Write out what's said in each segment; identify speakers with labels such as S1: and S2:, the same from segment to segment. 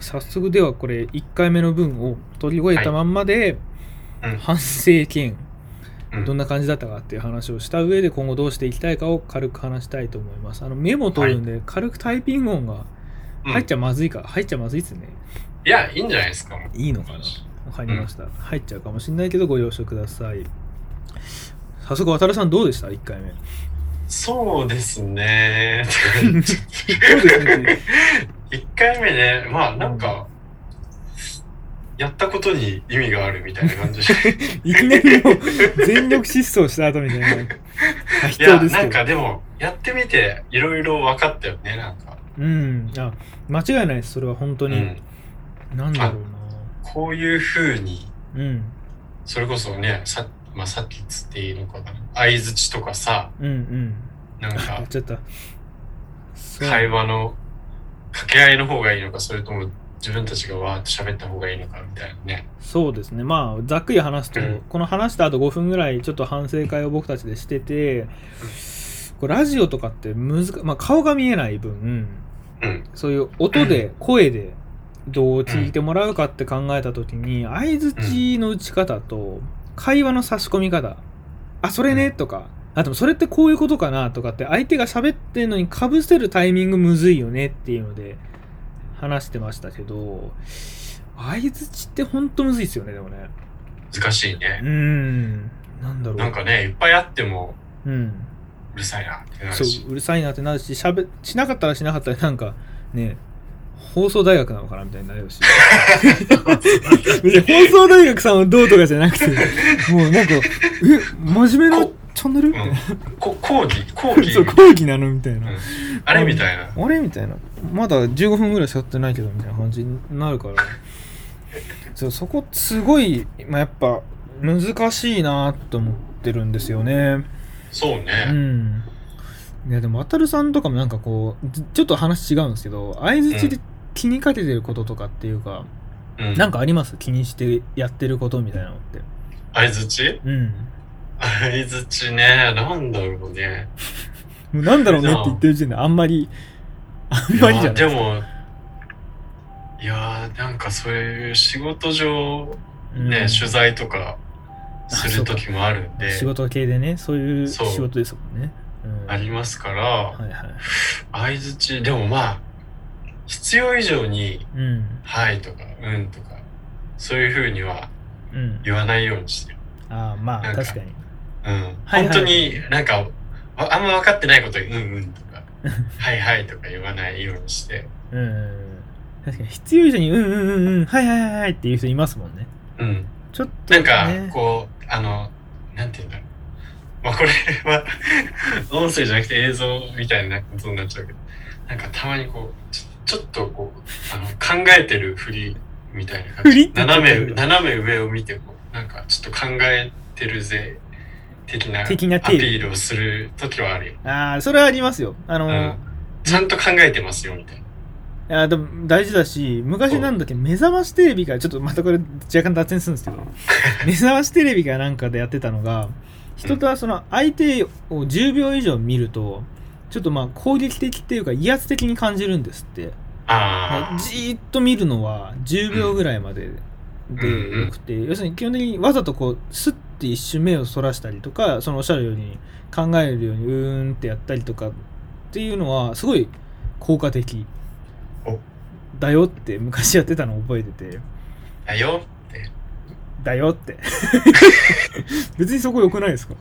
S1: 早速ではこれ1回目の分を取り終えたまんまで、
S2: はいうん
S1: 反省兼
S2: うん
S1: どんな感じだったかっていう話をした上で今後どうしていきたいかを軽く話したいと思いますあのメモ取るんで軽くタイピング音が
S2: うん
S1: 入っちゃまずいか、入っちゃまずいっすね
S2: いや、いいんじゃないですか。もう
S1: いいのかなわかりました、入っちゃうかもしれないけどご了承ください早速渡るさんどうでした1回目
S2: そうですね。
S1: そうですね
S2: 1回目 ね、まあなんか、やったことに意味があるみたいな感じで。
S1: い きなりもう全力疾走した後みた いな適
S2: いや、
S1: 当です
S2: な
S1: け
S2: ん
S1: ど
S2: かでも、やってみて、いろいろ分かったよね、なんか。
S1: うんあ間違いないですそれは本当
S2: う
S1: に、
S2: ん。
S1: なんだろう
S2: こういう風に、
S1: なうん
S2: それこそね、さまあ、さっきつっていいのかな。相づちとかさ、
S1: うんうん
S2: なん
S1: あや
S2: か
S1: っ、ちゃった そう
S2: 会話の掛け合いの方がいいのか、それとも自分たちがわーっと喋った方がいいのか、みたいなね。
S1: そうですねまあざっくり話すと、
S2: うん
S1: この話した後5分ぐらいちょっと反省会を僕たちでしててこれラジオとかって難か、まあ、顔が見えない分
S2: うん。
S1: そういう音 で声でどう聞いてもらうかって考えた時に相づちの打ち方と会話の差し込み方「あそれね」とか「あでもそれってこういうことかな」とかって相手が喋ってるのにかぶせるタイミングむずいよねっていうので話してましたけど相づちってほんとむずいですよねでもね
S2: 難しいうね。
S1: ーんなんだろう
S2: なんかね、いっぱいあっても、
S1: うん
S2: うるさいなってなる
S1: そ
S2: し。
S1: ううるさいなってなるししゃべしなかったらしなかったらなんかね放送大学なのかなみたいになる しいや放送大学さんはどうとかじゃなくてもうなんか「え真面目な
S2: こ
S1: チャンネル?」みたいな
S2: うん、こ講義
S1: 「
S2: 講
S1: そう
S2: 義
S1: 講義なの?」みたいな
S2: うん
S1: 「
S2: あれみたいな。
S1: あれ?」みたいな「まだ15分ぐらいしかやってないけど」みたいな感じになるからそうそこすごい、まあ、やっぱ難しいなと思ってるんですよね。
S2: そう
S1: う
S2: ね。
S1: ん。いやでも、渡るさんとかもなんかこう、ずちょっと話違うんですけど、相づちで気にかけてることとかっていうか、
S2: うん、
S1: なんかあります気にしてやってることみたいなのって。
S2: 相づち
S1: うん。
S2: 相づちね。なんだろうね。
S1: もうなんだろうねって言ってる時点で、あんまり、あんまりじゃ
S2: や
S1: ない。
S2: でも、いやー、なんかそういう仕事上、
S1: うん
S2: ね、取材とかする時もあるんで、
S1: 仕事系でね、そういう
S2: そう
S1: 仕事ですもんね。うん
S2: ありますから、
S1: はいはい。
S2: 相づち、でもまあ、必要以上に、
S1: うん。
S2: はいとか、うんとか、そういうふうには
S1: うん。
S2: 言わないようにしてる。
S1: ああ、ま
S2: な
S1: あ、
S2: んか
S1: 確かに。
S2: うん
S1: はいはい
S2: 本当になんかああんま分かってないことに「うんうん」と か「はいはい」とか言わないようにして、
S1: うん。確かに、必要以上に、うんうんうんうん、はいはいはいはいっていう人いますもんね。
S2: うん、
S1: ちょっと、
S2: な
S1: ね。
S2: んかこうあのなんて言うんだろうまあこれは 音声じゃなくて映像みたいなことになっちゃうけどなんかたまにこうちょちょっとこうあの考えてるふりみたいな感
S1: ふりっ
S2: じ
S1: て言ってた
S2: 斜
S1: け
S2: め
S1: ど
S2: 斜め上を見てこうなんかちょっと考えてるぜ的なアピ
S1: 的な手
S2: ールをする時はあるよ。
S1: ああ、それはありますよ。あの、
S2: うんちゃんと考えてますよみたいな。
S1: いやでも大事だし、昔なんだっけ、目覚ましテレビが、ちょっとまたこれ若干脱線するんです けど、目覚ましテレビがなんかでやってたのが、人とはその相手を10秒以上見ると、ちょっとまあ攻撃的っていうか威圧的に感じるんですって。
S2: ああ。
S1: じーっと見るのは10秒ぐらいまで
S2: うんうん
S1: でよくて、要するに基本的にわざとこうスッて一瞬目をそらしたりとかそのおっしゃるように考えるようにうーんってやったりとかっていうのはすごい効果的
S2: お
S1: だよって昔やってたのを覚えてて
S2: だよ。
S1: だよって 別にそこ良くないですか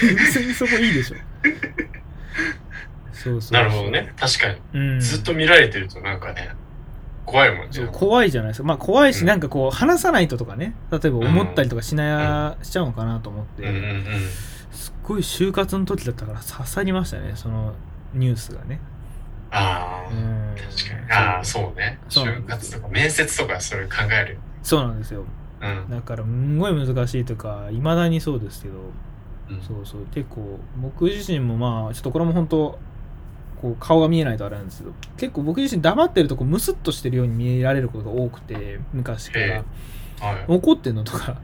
S1: 別にそこいいでしょそうそうそう
S2: なるほど、ね。確かに。
S1: うん、
S2: ずっと見られてるとなんかね、怖いもんね
S1: そう。怖いじゃないですか、まあ、怖いし、
S2: うん
S1: なんかこう話さないととかね例えば思ったりとかしなやしちゃうのかなと思って、
S2: うんうんうん。
S1: すっごい就活の時だったから刺さりましたねそのニュースがね、
S2: あ
S1: う
S2: あ。
S1: ん、
S2: 確かに。ああ、そうね。
S1: そう
S2: 就活とか面接とかそれ考える。
S1: そうなんですよ
S2: うん。
S1: だからすんごい難しいというかいまだにそうですけど
S2: うん
S1: そうそう結構僕自身もまあちょっとこれも本当こう顔が見えないとあれなんですけど結構僕自身黙ってるとこうムスッとしてるように見えられることが多くて昔か
S2: へえ
S1: ら。
S2: はい。
S1: 怒ってんのとか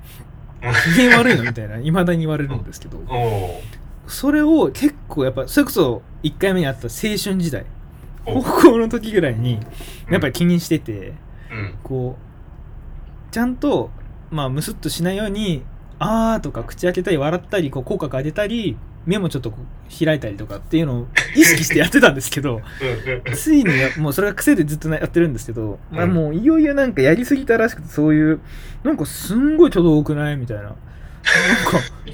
S1: 機嫌悪いのみたいないまだに言われるんですけど
S2: おお
S1: それを結構やっぱそれこそ1回目にあった青春時代
S2: お
S1: 高校の時ぐらいに
S2: ー。
S1: やっぱり気にしてて、
S2: うん。
S1: こうちゃんとまあムスッとしないように「あー」とか口開けたり笑ったりこう口角上げたり目もちょっとこう開いたりとかっていうのを意識してやってたんですけど ついにやもうそれが癖でずっとなやってるんですけど、まあ、
S2: うん
S1: もういよいよなんかやりすぎたらしくてそういうなんかすんごい挙動多くないみたいななんか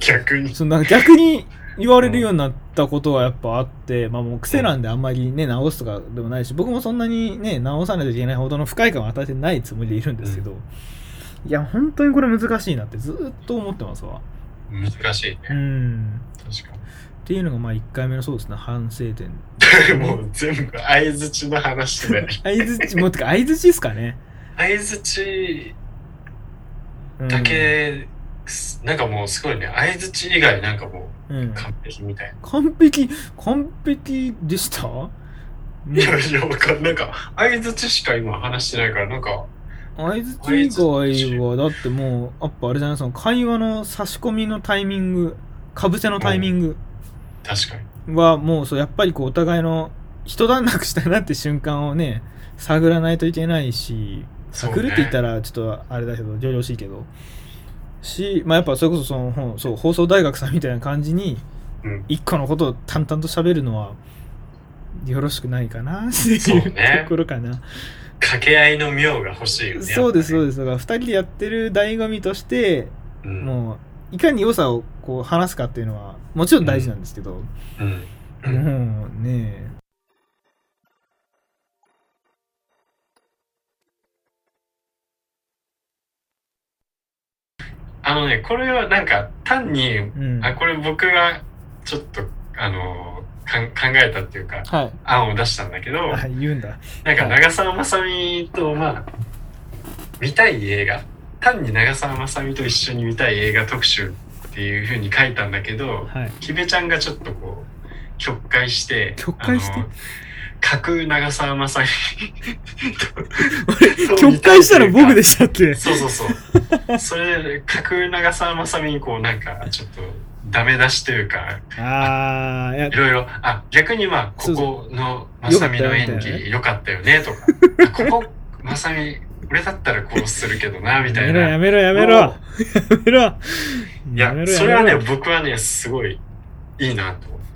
S2: 逆に。
S1: そのなんか逆に言われるようになったことはやっぱあって、まあもう癖なんであんまりね、直すとかでもないし、僕もそんなにね、直さないといけないほどの不快感を与えてないつもりでいるんですけど、いや、本当にこれ難しいなってずーっと思ってますわ。
S2: 難しいね。
S1: うん。
S2: 確か
S1: っていうのがまあ1回目のそうですね、反省点。
S2: に。もう全部相づちの話 で。
S1: 相づち、もうてか相づちですかね。
S2: 相づち
S1: うん
S2: だ、け、なんかもうすごいね。相づち以外なんかも
S1: うん
S2: う、完璧みたいな。
S1: 完璧、完璧でしたもう
S2: いやいや、わかんないなんか、相づちしか今話してないから、なんか、
S1: 相づち以外はだってもうやっぱあれじゃないその会話の差し込みのタイミングかぶせのタイミング
S2: 確かに。
S1: はもうそうやっぱりこうお互いの一段落したなって瞬間をね探らないといけないし
S2: そうね
S1: 探るって言ったらちょっとあれだけど上々しいけどしまあやっぱそれこそそのほんそう放送大学さんみたいな感じに
S2: うん
S1: 一個のことを淡々と喋るのはよろしくないかなっていう
S2: そうね
S1: ところかな。
S2: 掛け合いの妙が欲しいよね。
S1: そうですそう
S2: で
S1: ですだから2人でやってる醍醐味として
S2: す。うん。
S1: もういかに良さをこう話すかっていうのはもちろん大事なんですけど、
S2: うん。うん
S1: もうね
S2: あのね、これはなんか、単に、
S1: うん
S2: あ、これ僕が、ちょっと、あの、かん考えたっていうか、
S1: はい
S2: 案を出したんだけど、
S1: あ言うんだ
S2: なんか長澤まさみと、まあ、見たい映画、単に長澤まさみと一緒に見たい映画特集っていうふうに書いたんだけど、
S1: はい
S2: きべちゃんがちょっとこう、曲解して、
S1: 曲解して
S2: あの架空長澤ま さみと
S1: 曲解したら僕
S2: で
S1: でしたっけ
S2: そうそうそう。それで、架空長澤まさみにこう、なんか、ちょっと、ダメ出しというか、
S1: ああいや
S2: いろいろ、あ、逆にまあ、
S1: そ
S2: こ
S1: うそ
S2: このまさみの演技良かったよね、とか、 あここ、まさみ、俺だったらこうするけどな、みたいな。
S1: や
S2: い
S1: めろやめろやめろやめろ
S2: や
S1: め、ろ
S2: それはね
S1: やめ、ろ
S2: 僕はね、すごい、いいなと思って。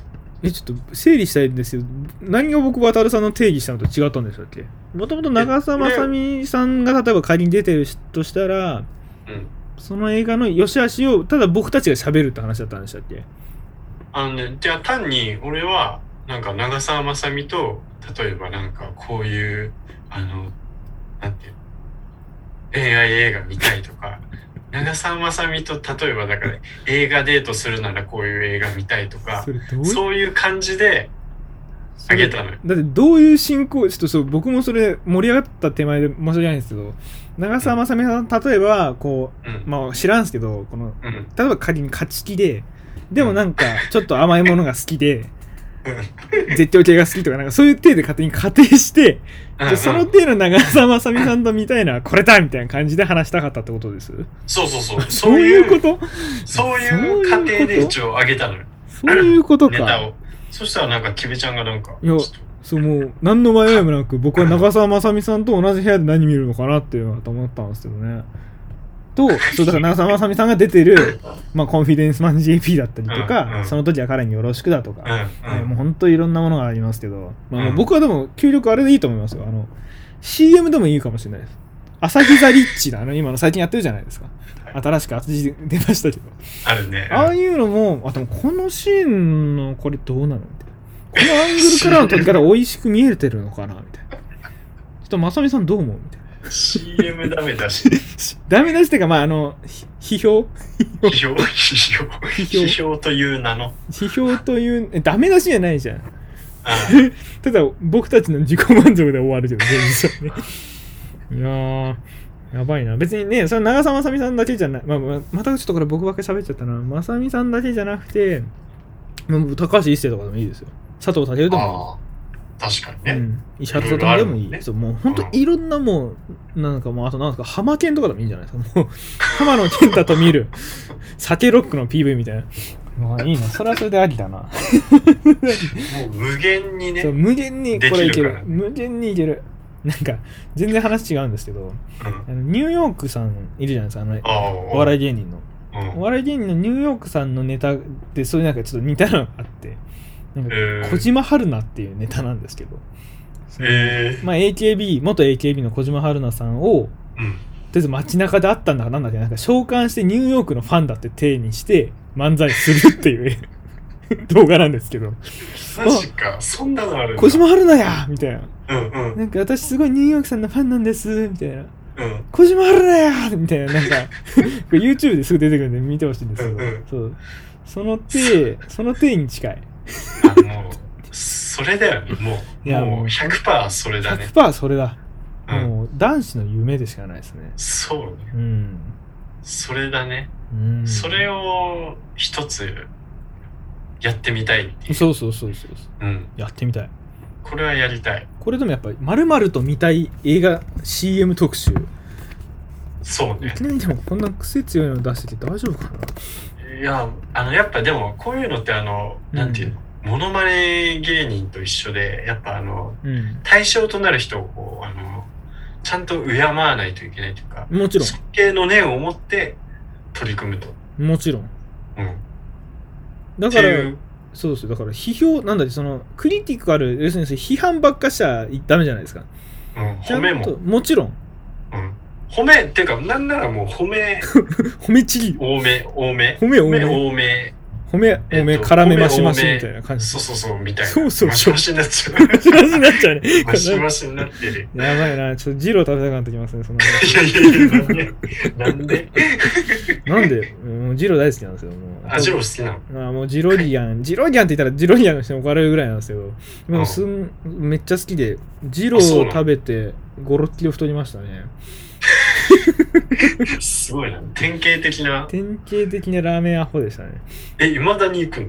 S1: えちょっと整理したいんですよ何が僕渡るさんの定義したのと違ったんでしたっけもともと長澤まさみさんが例えば仮に出てるとしたら
S2: うん。
S1: その映画の良し悪しをただ僕たちが喋るって話だったんでしたっけ
S2: あのね、じゃあ単に俺は、なんか長澤まさみと、例えばなんかこういう、あの、なんていうの、AI 映画見たいとか、長澤まさみと例えばだから映画デートするならこういう映画見たいとか
S1: そ、れどういう
S2: そういう感じであげたのよ。
S1: だってどういう進行ちょっとそう僕もそれ盛り上がった手前で申し訳ないんですけど長澤まさみさん例えばこ
S2: うん
S1: う。まあ知らんすけどこの
S2: うん。
S1: 例えば仮に勝ち気ででもなんかちょっと甘いものが好きで絶叫系が好きとかなんかそういう体で勝手に仮定して
S2: う
S1: じ
S2: ん
S1: ゃあその
S2: うん
S1: 程度長澤まさみさんと見たいのはこれだみたいな感じで話したかったってことです
S2: そうそ うそう。
S1: そ
S2: そううい
S1: いう
S2: う、
S1: こと
S2: そういう過程で一応あげたのよ。
S1: そういうこと
S2: ネタ
S1: か
S2: を。そしたらなんか、キベちゃんがなんか、
S1: いや
S2: ちょっと
S1: そうもう何の迷いもなく僕は長澤まさみさんと同じ部屋で何見るのかなっていうのはと思ったんですけどねとそうだから長澤まさみさんが出てる「まあ、コンフィデンスマン JP」だったりとか、
S2: うんうん
S1: その時は彼によろしくだと
S2: うん
S1: か、
S2: う
S1: ね
S2: ん。
S1: もう本当いろんなものがありますけど、まあ、もううん僕はでも究力あれでいいと思いますよあの CM でもいいかもしれないです朝日ザリッチだあの今の最近やってるじゃないですか
S2: はい
S1: 新しく新し出ましたけど
S2: あるね。
S1: ああいうのも、あ、でもこのシーンのこれどうなのみたいな。このアングルからの撮り方美味しく見えてるのかなみたいな。ちょっとまさみさんどう思うみたいな。
S2: CM ダメだし、
S1: ダメ出しっていうか、まあ、あの、ひ批評
S2: 批評、批評、
S1: 評
S2: 批評という名の。
S1: 批評という、えダメ出しじゃないじゃん。
S2: あ
S1: ただ、僕たちの自己満足で終わるけど、全然ね。いやー。やばいな別にね、それ長澤まさみさんだけじゃない、まあまあ、またちょっとこれ僕ばっかり喋っちゃったな、まさみさんだけじゃなくて、もう高橋一生とかでもいいですよ。佐藤健でもいい
S2: あ、確かに
S1: う
S2: ね。
S1: ん、石原さとみでもい
S2: いろいろあるもん
S1: い。
S2: ね
S1: そう、もう本当いろんなもう、なんかもう、あとなんか、浜県とかでもいいんじゃないですか。もう、 浜野健太と見る、酒ロックの PV みたいな。まあいいな、それはそれでありだな。
S2: もう無限にね
S1: そう、。無限にこ
S2: で
S1: れい
S2: き
S1: け
S2: るか
S1: る
S2: ら。ね
S1: 無限にいける。なんか全然話違うんですけど
S2: うん
S1: あのニューヨークさんいるじゃないですかあの
S2: ああ、
S1: お笑い芸人の
S2: うん。
S1: お笑い芸人のニューヨークさんのネタでそういうなんかちょっと似たのがあってなんか
S2: えー
S1: 小島春菜っていうネタなんですけど、その
S2: えー
S1: まあ、AKB 元 AKB の小島春菜さんを
S2: う
S1: と
S2: ん。
S1: りあえず街中で会ったんだかなんだっけなんか召喚してニューヨークのファンだって体にして漫才するっていう 動画なんですけ ど
S2: マジか。そんなのある
S1: 「
S2: んだ。
S1: 小島春菜や!」みたいな
S2: うん
S1: 「
S2: うん
S1: なんか私すごいニューヨークさんのファンなんです」みたいな
S2: うん。
S1: 「小島春菜や!」みたいななん かこれ YouTube ですぐ出てくるんで見てほしいんですけど
S2: うんうん
S1: そうその体その体に近い
S2: あの、それだよね。もう、
S1: いや
S2: も
S1: も
S2: う
S1: う
S2: 100%それだね。
S1: 100%それだ、
S2: うん。
S1: もう男子の夢でしかないですね
S2: そうね。
S1: うん、
S2: それだね。
S1: うん、
S2: それを一つやってみたいっていう。
S1: そうそうそうそうそう
S2: うん。
S1: やってみたい
S2: これはやりたい。
S1: これでもやっぱり丸々と見たい映画 CM 特集
S2: そう
S1: い
S2: ね。
S1: きなりでもこんな癖強いの出してて大丈夫かない
S2: や、あの、やっぱでも、こういうのって、あの、なんていうの、モノマネ芸人と一緒で、やっぱあの、
S1: うん
S2: 対象となる人をこう、あの、ちゃんと敬わないといけないというか、
S1: もちろ
S2: 尊敬の念を持って取り組むと。
S1: んもちろん
S2: うん。
S1: だ
S2: って
S1: か
S2: い
S1: ら
S2: う。
S1: そうですよだから批評なんだっけそのクリティカル要するに批判ばっかしちゃダメじゃないですか
S2: うん、
S1: ちゃ
S2: 褒め
S1: ん
S2: も
S1: と。もちろん
S2: うん。褒め、っていうか、なんならもう褒め、
S1: 褒めちぎ
S2: 多め、多め。
S1: 褒め 多
S2: 褒
S1: め
S2: め、多め。
S1: 褒め
S2: えっ
S1: 褒め
S2: と
S1: 絡めましまし
S2: 褒め
S1: みたいな感じ
S2: そうそうそう、みたいな。
S1: そうそう
S2: マ シ
S1: そう
S2: マシになっちゃ
S1: マシマシになっちゃうね
S2: う。マシマシになってる。
S1: やばいなちょっとジロー食べたくなってきますねその
S2: いやいやいや、なんで
S1: なんでもうジロー大好きなんですよもう
S2: あ、ジロー好きなの
S1: まあもうジロリアン、ジロリアンって言ったらジロリアンの人に怒られるぐらいなんですけど、でもすんめっちゃ好きで、ジロを
S2: あそうなの
S1: 食べて5、6キロ太りましたね。
S2: すごいな。典型的な。
S1: 典型的なラーメンアホでしたね。
S2: え、いまだに行くの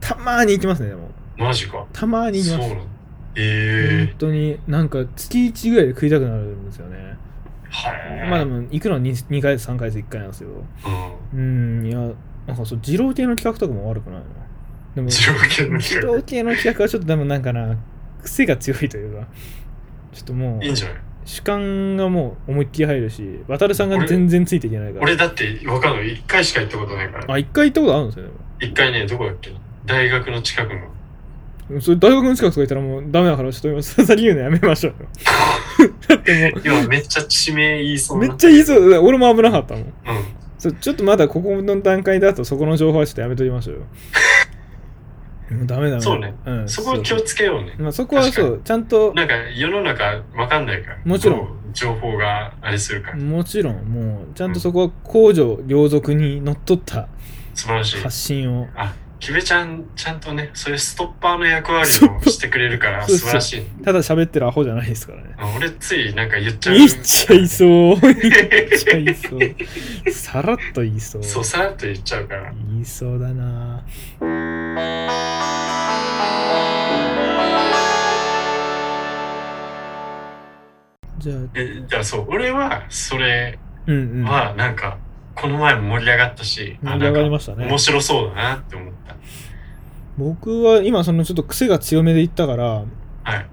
S1: たまーに行きますね、でも。
S2: マジか。
S1: たまーに行
S2: そ
S1: き
S2: う
S1: ま
S2: な
S1: す。
S2: の。え
S1: 本当になんか月1ぐらいで食いたくなるんですよね。
S2: えはい。
S1: まあでも行くのは 2, 2回3回で1回なんですけど。
S2: う
S1: うん、いや、なんかそう、ジロ系の企画とかも悪くないな。でも
S2: ん。、条件の
S1: ジ
S2: 企
S1: ロ
S2: 画。
S1: 系の企画はちょっとでもなんかな、癖が強いというか、ちょっともう。
S2: いいんじゃない
S1: 主観がもう思いっきり入るし、渡るさんが全然ついていけないから。
S2: 俺だって、わかんない。一回しか行ったことないから。
S1: あ、一回行ったことあるんですよ、で
S2: 一回ね、どこだっけな大学の近くの。
S1: も。それ大学の近くとか行ったらもうダメだから、ちょっと今、ささり言うのやめましょうよ。だって
S2: 今めっちゃ地名言いそ
S1: もう、
S2: うな。
S1: めっちゃ言いそう。俺も危なかったもん。
S2: うん。
S1: そうちょっとまだここの段階だと、そこの情報はちょっとやめときましょうよ。もうダメだ
S2: そうね。
S1: うん、
S2: そこを気
S1: そ
S2: を
S1: う
S2: つけようね。
S1: まあ、そこは
S2: 確か
S1: そ
S2: に
S1: う、ちゃんと、
S2: なんか世の中わかんないから。
S1: もちろん
S2: どう情報があれするから。
S1: もちろん、もう、ちゃんとそこは公序良俗にのっとった
S2: 素晴らしい。
S1: 発信を。
S2: あ、キベちゃん、ちゃんとね、そういうストッパーの役割
S1: ストッパ
S2: を
S1: ー
S2: してくれるから
S1: そうそ
S2: 素
S1: う
S2: 晴らしいね。
S1: ただ喋ってるアホじゃないですからね。
S2: あ俺ついなんか言っちゃう。
S1: 言っちゃいそう。 言っちゃいそう。さらっと言いそう。
S2: そう、さらっと言っちゃうから。
S1: 言いそうだな。じゃあ、
S2: え、じゃあそう、俺は、それ
S1: うんうん。
S2: は、なんか、この前も盛り上がったし、あ
S1: 盛り上がりました
S2: なんか
S1: ね
S2: 面。白そうだなって思った。
S1: 僕は今、そのちょっと癖が強めで言ったから、
S2: はい。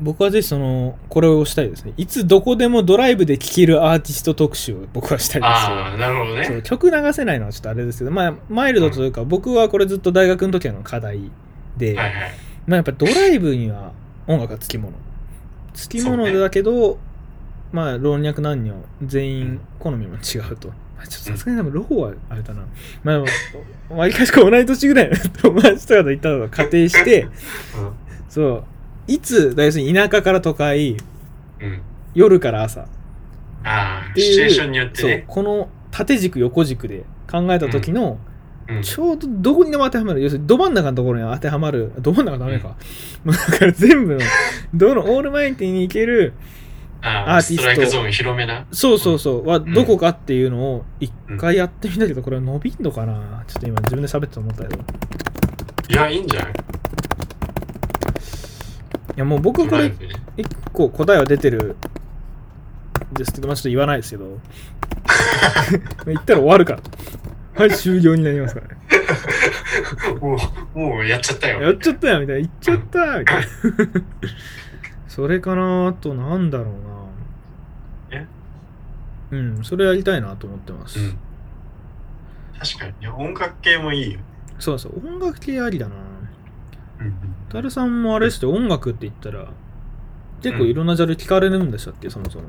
S1: 僕はぜひその、これをしたいですね。いつどこでもドライブで聴けるアーティスト特集を僕はしたいですよ
S2: あ。あ、なるほど
S1: そう
S2: ね。
S1: 曲流せないのはちょっとあれですけど、まあ、マイルドというか、僕はこれずっと大学の時の課題で、
S2: はいはい。
S1: まあ、やっぱドライブには音楽はつきものつきものだけど、まあ老若男女全員好みも違うと、まあ、ちょっとさすがにでもロゴはあれだなまあわりかしこう同い年ぐらいの友達とかと行ったのを仮定 してそういつ要するに田舎から都会
S2: うん。うん。
S1: 夜から朝
S2: あ
S1: っ
S2: あ、
S1: ていう
S2: シチュエーションによって
S1: そう
S2: ね。
S1: この縦軸横軸で考えた時の、
S2: うん
S1: ちょうどどこにでも当てはまる。要するに、ど真ん中のところに当てはまる。ど真ん中ダメか。もうだから全部の、どのオールマイティに行ける、
S2: あ
S1: ア
S2: あ、
S1: ーティスト
S2: ストライクゾーン広めな。
S1: そうそうそう、は
S2: ん
S1: どこかっていうのを一回やってみたけど、これ伸びんのかなちょっと今自分で喋って思ったけど。い
S2: いや、いいんじゃない
S1: や、もう僕こ
S2: ドライ
S1: れ
S2: ブね
S1: 一個答えは出てるんですけど、まあちょっと言わないですけど。 言ったら終わるから。はい、終了になりますからね。
S2: もう、もうやっちゃったよ。
S1: やっちゃったよみたいな。言っちゃったみたいな。それかなあとなんだろうな
S2: え
S1: うんそれやりたいなと思ってます、
S2: うん。確かに。いや、音楽系もいいよ。
S1: そうそう音楽系ありだな
S2: うんうん。
S1: タルさんもあれして音楽って言ったら結構いろんなジャンル聞かれるんでしたっけ、そもそも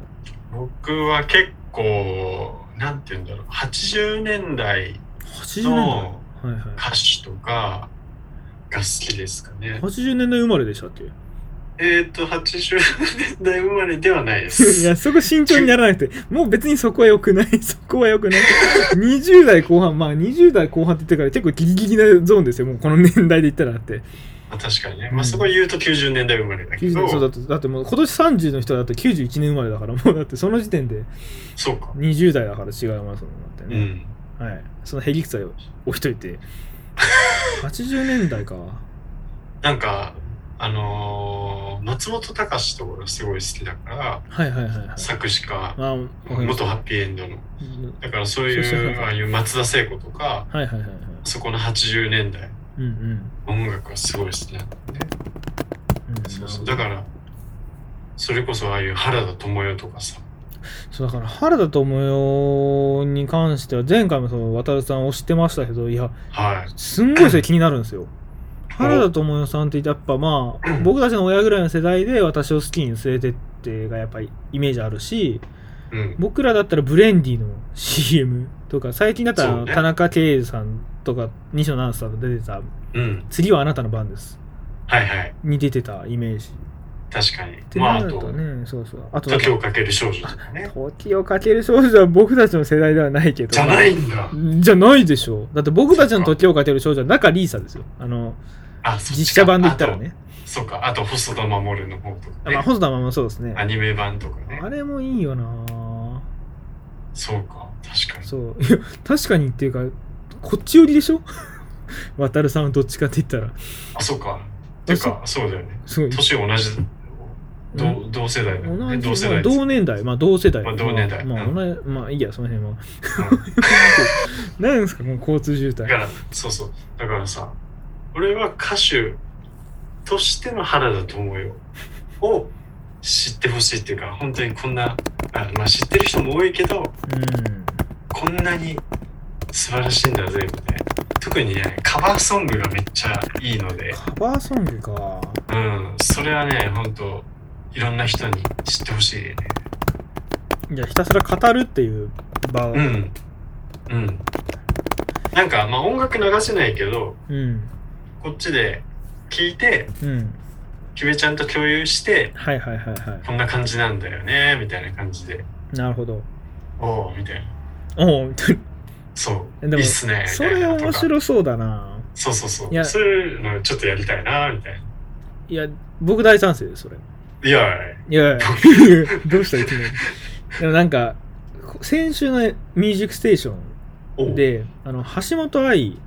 S2: 僕は結構、なんて言うんだろう。80年代
S1: 80年代
S2: の
S1: はいは
S2: 歌手とかが好きですかね
S1: い。80年代生まれでしたっけ
S2: えっ、ー、と、80年代生まれではない で
S1: い
S2: す。
S1: やそこ慎重にならなくてもう別にそこは良くない そこは良くない20代後半まあ20代後半って言ってから結構ギリギリなゾーンですよもうこの年代で言ったらだって
S2: まあ確かにね。
S1: う
S2: まあ
S1: ん
S2: そこ言うと90年代生まれだけ
S1: 90
S2: ど、
S1: そうだってだってもう今年30の人だって91年生まれだからもうだって その時点で
S2: そうか。
S1: 20代だから違いますもんだって
S2: う
S1: ね、
S2: ん。
S1: はいそのへりくさを置いといて80年代か
S2: なんか、あのー松本隆とかがすごい好きだから、
S1: はいはいはいはい
S2: 作詞家、
S1: あわかりまし
S2: 元
S1: た
S2: ハッピーエンドの。
S1: うん
S2: だからそう
S1: そうそう
S2: い、
S1: そうう
S2: ああいう松田聖子と
S1: は
S2: か、
S1: いはいはいはい
S2: そこの80年代、
S1: うんうん
S2: 音楽がすごい好きなんだね。
S1: うん
S2: そう
S1: なる
S2: そ
S1: ほ
S2: う。
S1: ど
S2: だから、それこそああいう原田知世とかさ、
S1: そうだから原田知世に関しては前回もその渡るさん推してましたけどいや
S2: はい。
S1: すんごいそれ気になるんです よ原田知世さんってやっぱまあ僕たちの親ぐらいの世代で私を好きに連れてってがやっぱりイメージあるし
S2: うん。
S1: 僕らだったらブレンディの CM とか最近だった
S2: そう
S1: ら
S2: ね
S1: 田中圭さんとか西野七瀬さんが出てた
S2: うん。
S1: 「次はあなたの番です
S2: はいはい。」
S1: に出てたイメージ
S2: 確かに
S1: っ。て
S2: まあ、
S1: な
S2: あ
S1: る
S2: と
S1: と、ねそうそうあとなんか
S2: 時をかける少女とかね。
S1: 時をかける少女は僕たちの世代ではないけど
S2: じゃないんだ。
S1: じゃないでしょだって僕たちの時をかける少女は中リーサですよあの
S2: あ、そっちか
S1: 実写版で言ったら。ね
S2: あとそうか。あと、細田守の方とか
S1: まあ
S2: ね。
S1: 細田まもそうですね
S2: アニメ版とかね
S1: あ。れもいいよな
S2: そうか。確かに。
S1: そういや確かにっていうかこっち寄りでしょ 渡るさんはどっちかって言ったら
S2: あ、そうか。ていうか、そうだよね。
S1: すごい
S2: 年同じ、同同世代だよね。
S1: 同
S2: 同
S1: じ
S2: 世
S1: まあ
S2: 代です。
S1: 同年代まあ同世代
S2: まあ同年代
S1: まあ、
S2: うん
S1: まあ同じまあいいやその辺は
S2: うん
S1: 何ですかこの交通渋
S2: だか
S1: 滞
S2: ら、そうそう。だからさ、俺は歌手としての原田知世を知ってほしいっていうか、本当にこんな、あまあ知ってる人も多いけど、
S1: うん
S2: こんなに素晴らしいんだぜ、みたいな。特にね、カバーソングがめっちゃいいので、
S1: カバーソングか
S2: うん、それはね、本当いろんな人に知ってほしいね。
S1: じゃあひたすら語るっていう場を
S2: うん。うん。なんか、まあ音楽流せないけど、
S1: うん
S2: こっちで聞いて、
S1: うん
S2: キベちゃんと共有して、
S1: はいはいはいは
S2: こんな感じなんだよね、みたいな感じで。
S1: いなるほど
S2: おおみたいな。
S1: おお
S2: そう。
S1: でも
S2: いいっすね。
S1: それ面
S2: い。
S1: 白そうだな
S2: そうそうそ
S1: いや
S2: う。そういうのちょっとやりたいな、みたいな。
S1: いや僕大賛成ですそれ
S2: いやい
S1: いやいやどうしたいきなりでもなんかこ先週の「ミュージックステーショ
S2: お
S1: ン
S2: う
S1: で」あの橋本愛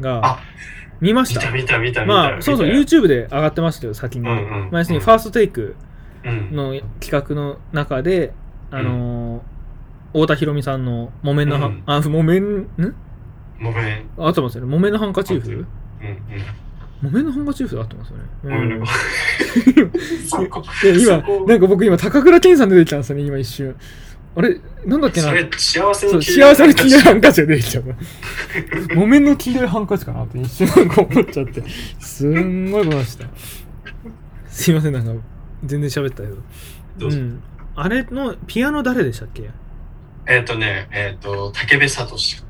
S1: が
S2: あ
S1: 見まし
S2: 見た
S1: た
S2: 見た見た見た。
S1: まあそうそう
S2: 見たよ
S1: YouTube で上がってましたけど先に、
S2: うんうんうん
S1: まあ要するにファーストテイク
S2: うん。
S1: の企画の中で、あのー太田博美さんの木綿のハン、
S2: うん
S1: あ木綿ん
S2: ごめん。
S1: 合ってますよね木綿のハンカチー
S2: 合って
S1: フ
S2: るうん
S1: 木綿のハンカチーフで合ってますよね、う
S2: うんん。ごめんなさ い。そこ。
S1: で今
S2: そこ
S1: なんか僕今高倉健さん出てきたんですよね今一瞬あれなんだっけな
S2: それ幸せ
S1: そ
S2: に
S1: う
S2: 切れ
S1: 幸
S2: る
S1: せの黄色いハンカチが出てきち ゃう木綿の黄色いハンカチかなって一瞬なんか思っちゃってすんごいことでしたすいませんなんか全然喋ったけど
S2: どうぞ
S1: ん、あれのピアノ誰でしたっけ
S2: えっとね、えっと、竹部聡。
S1: そ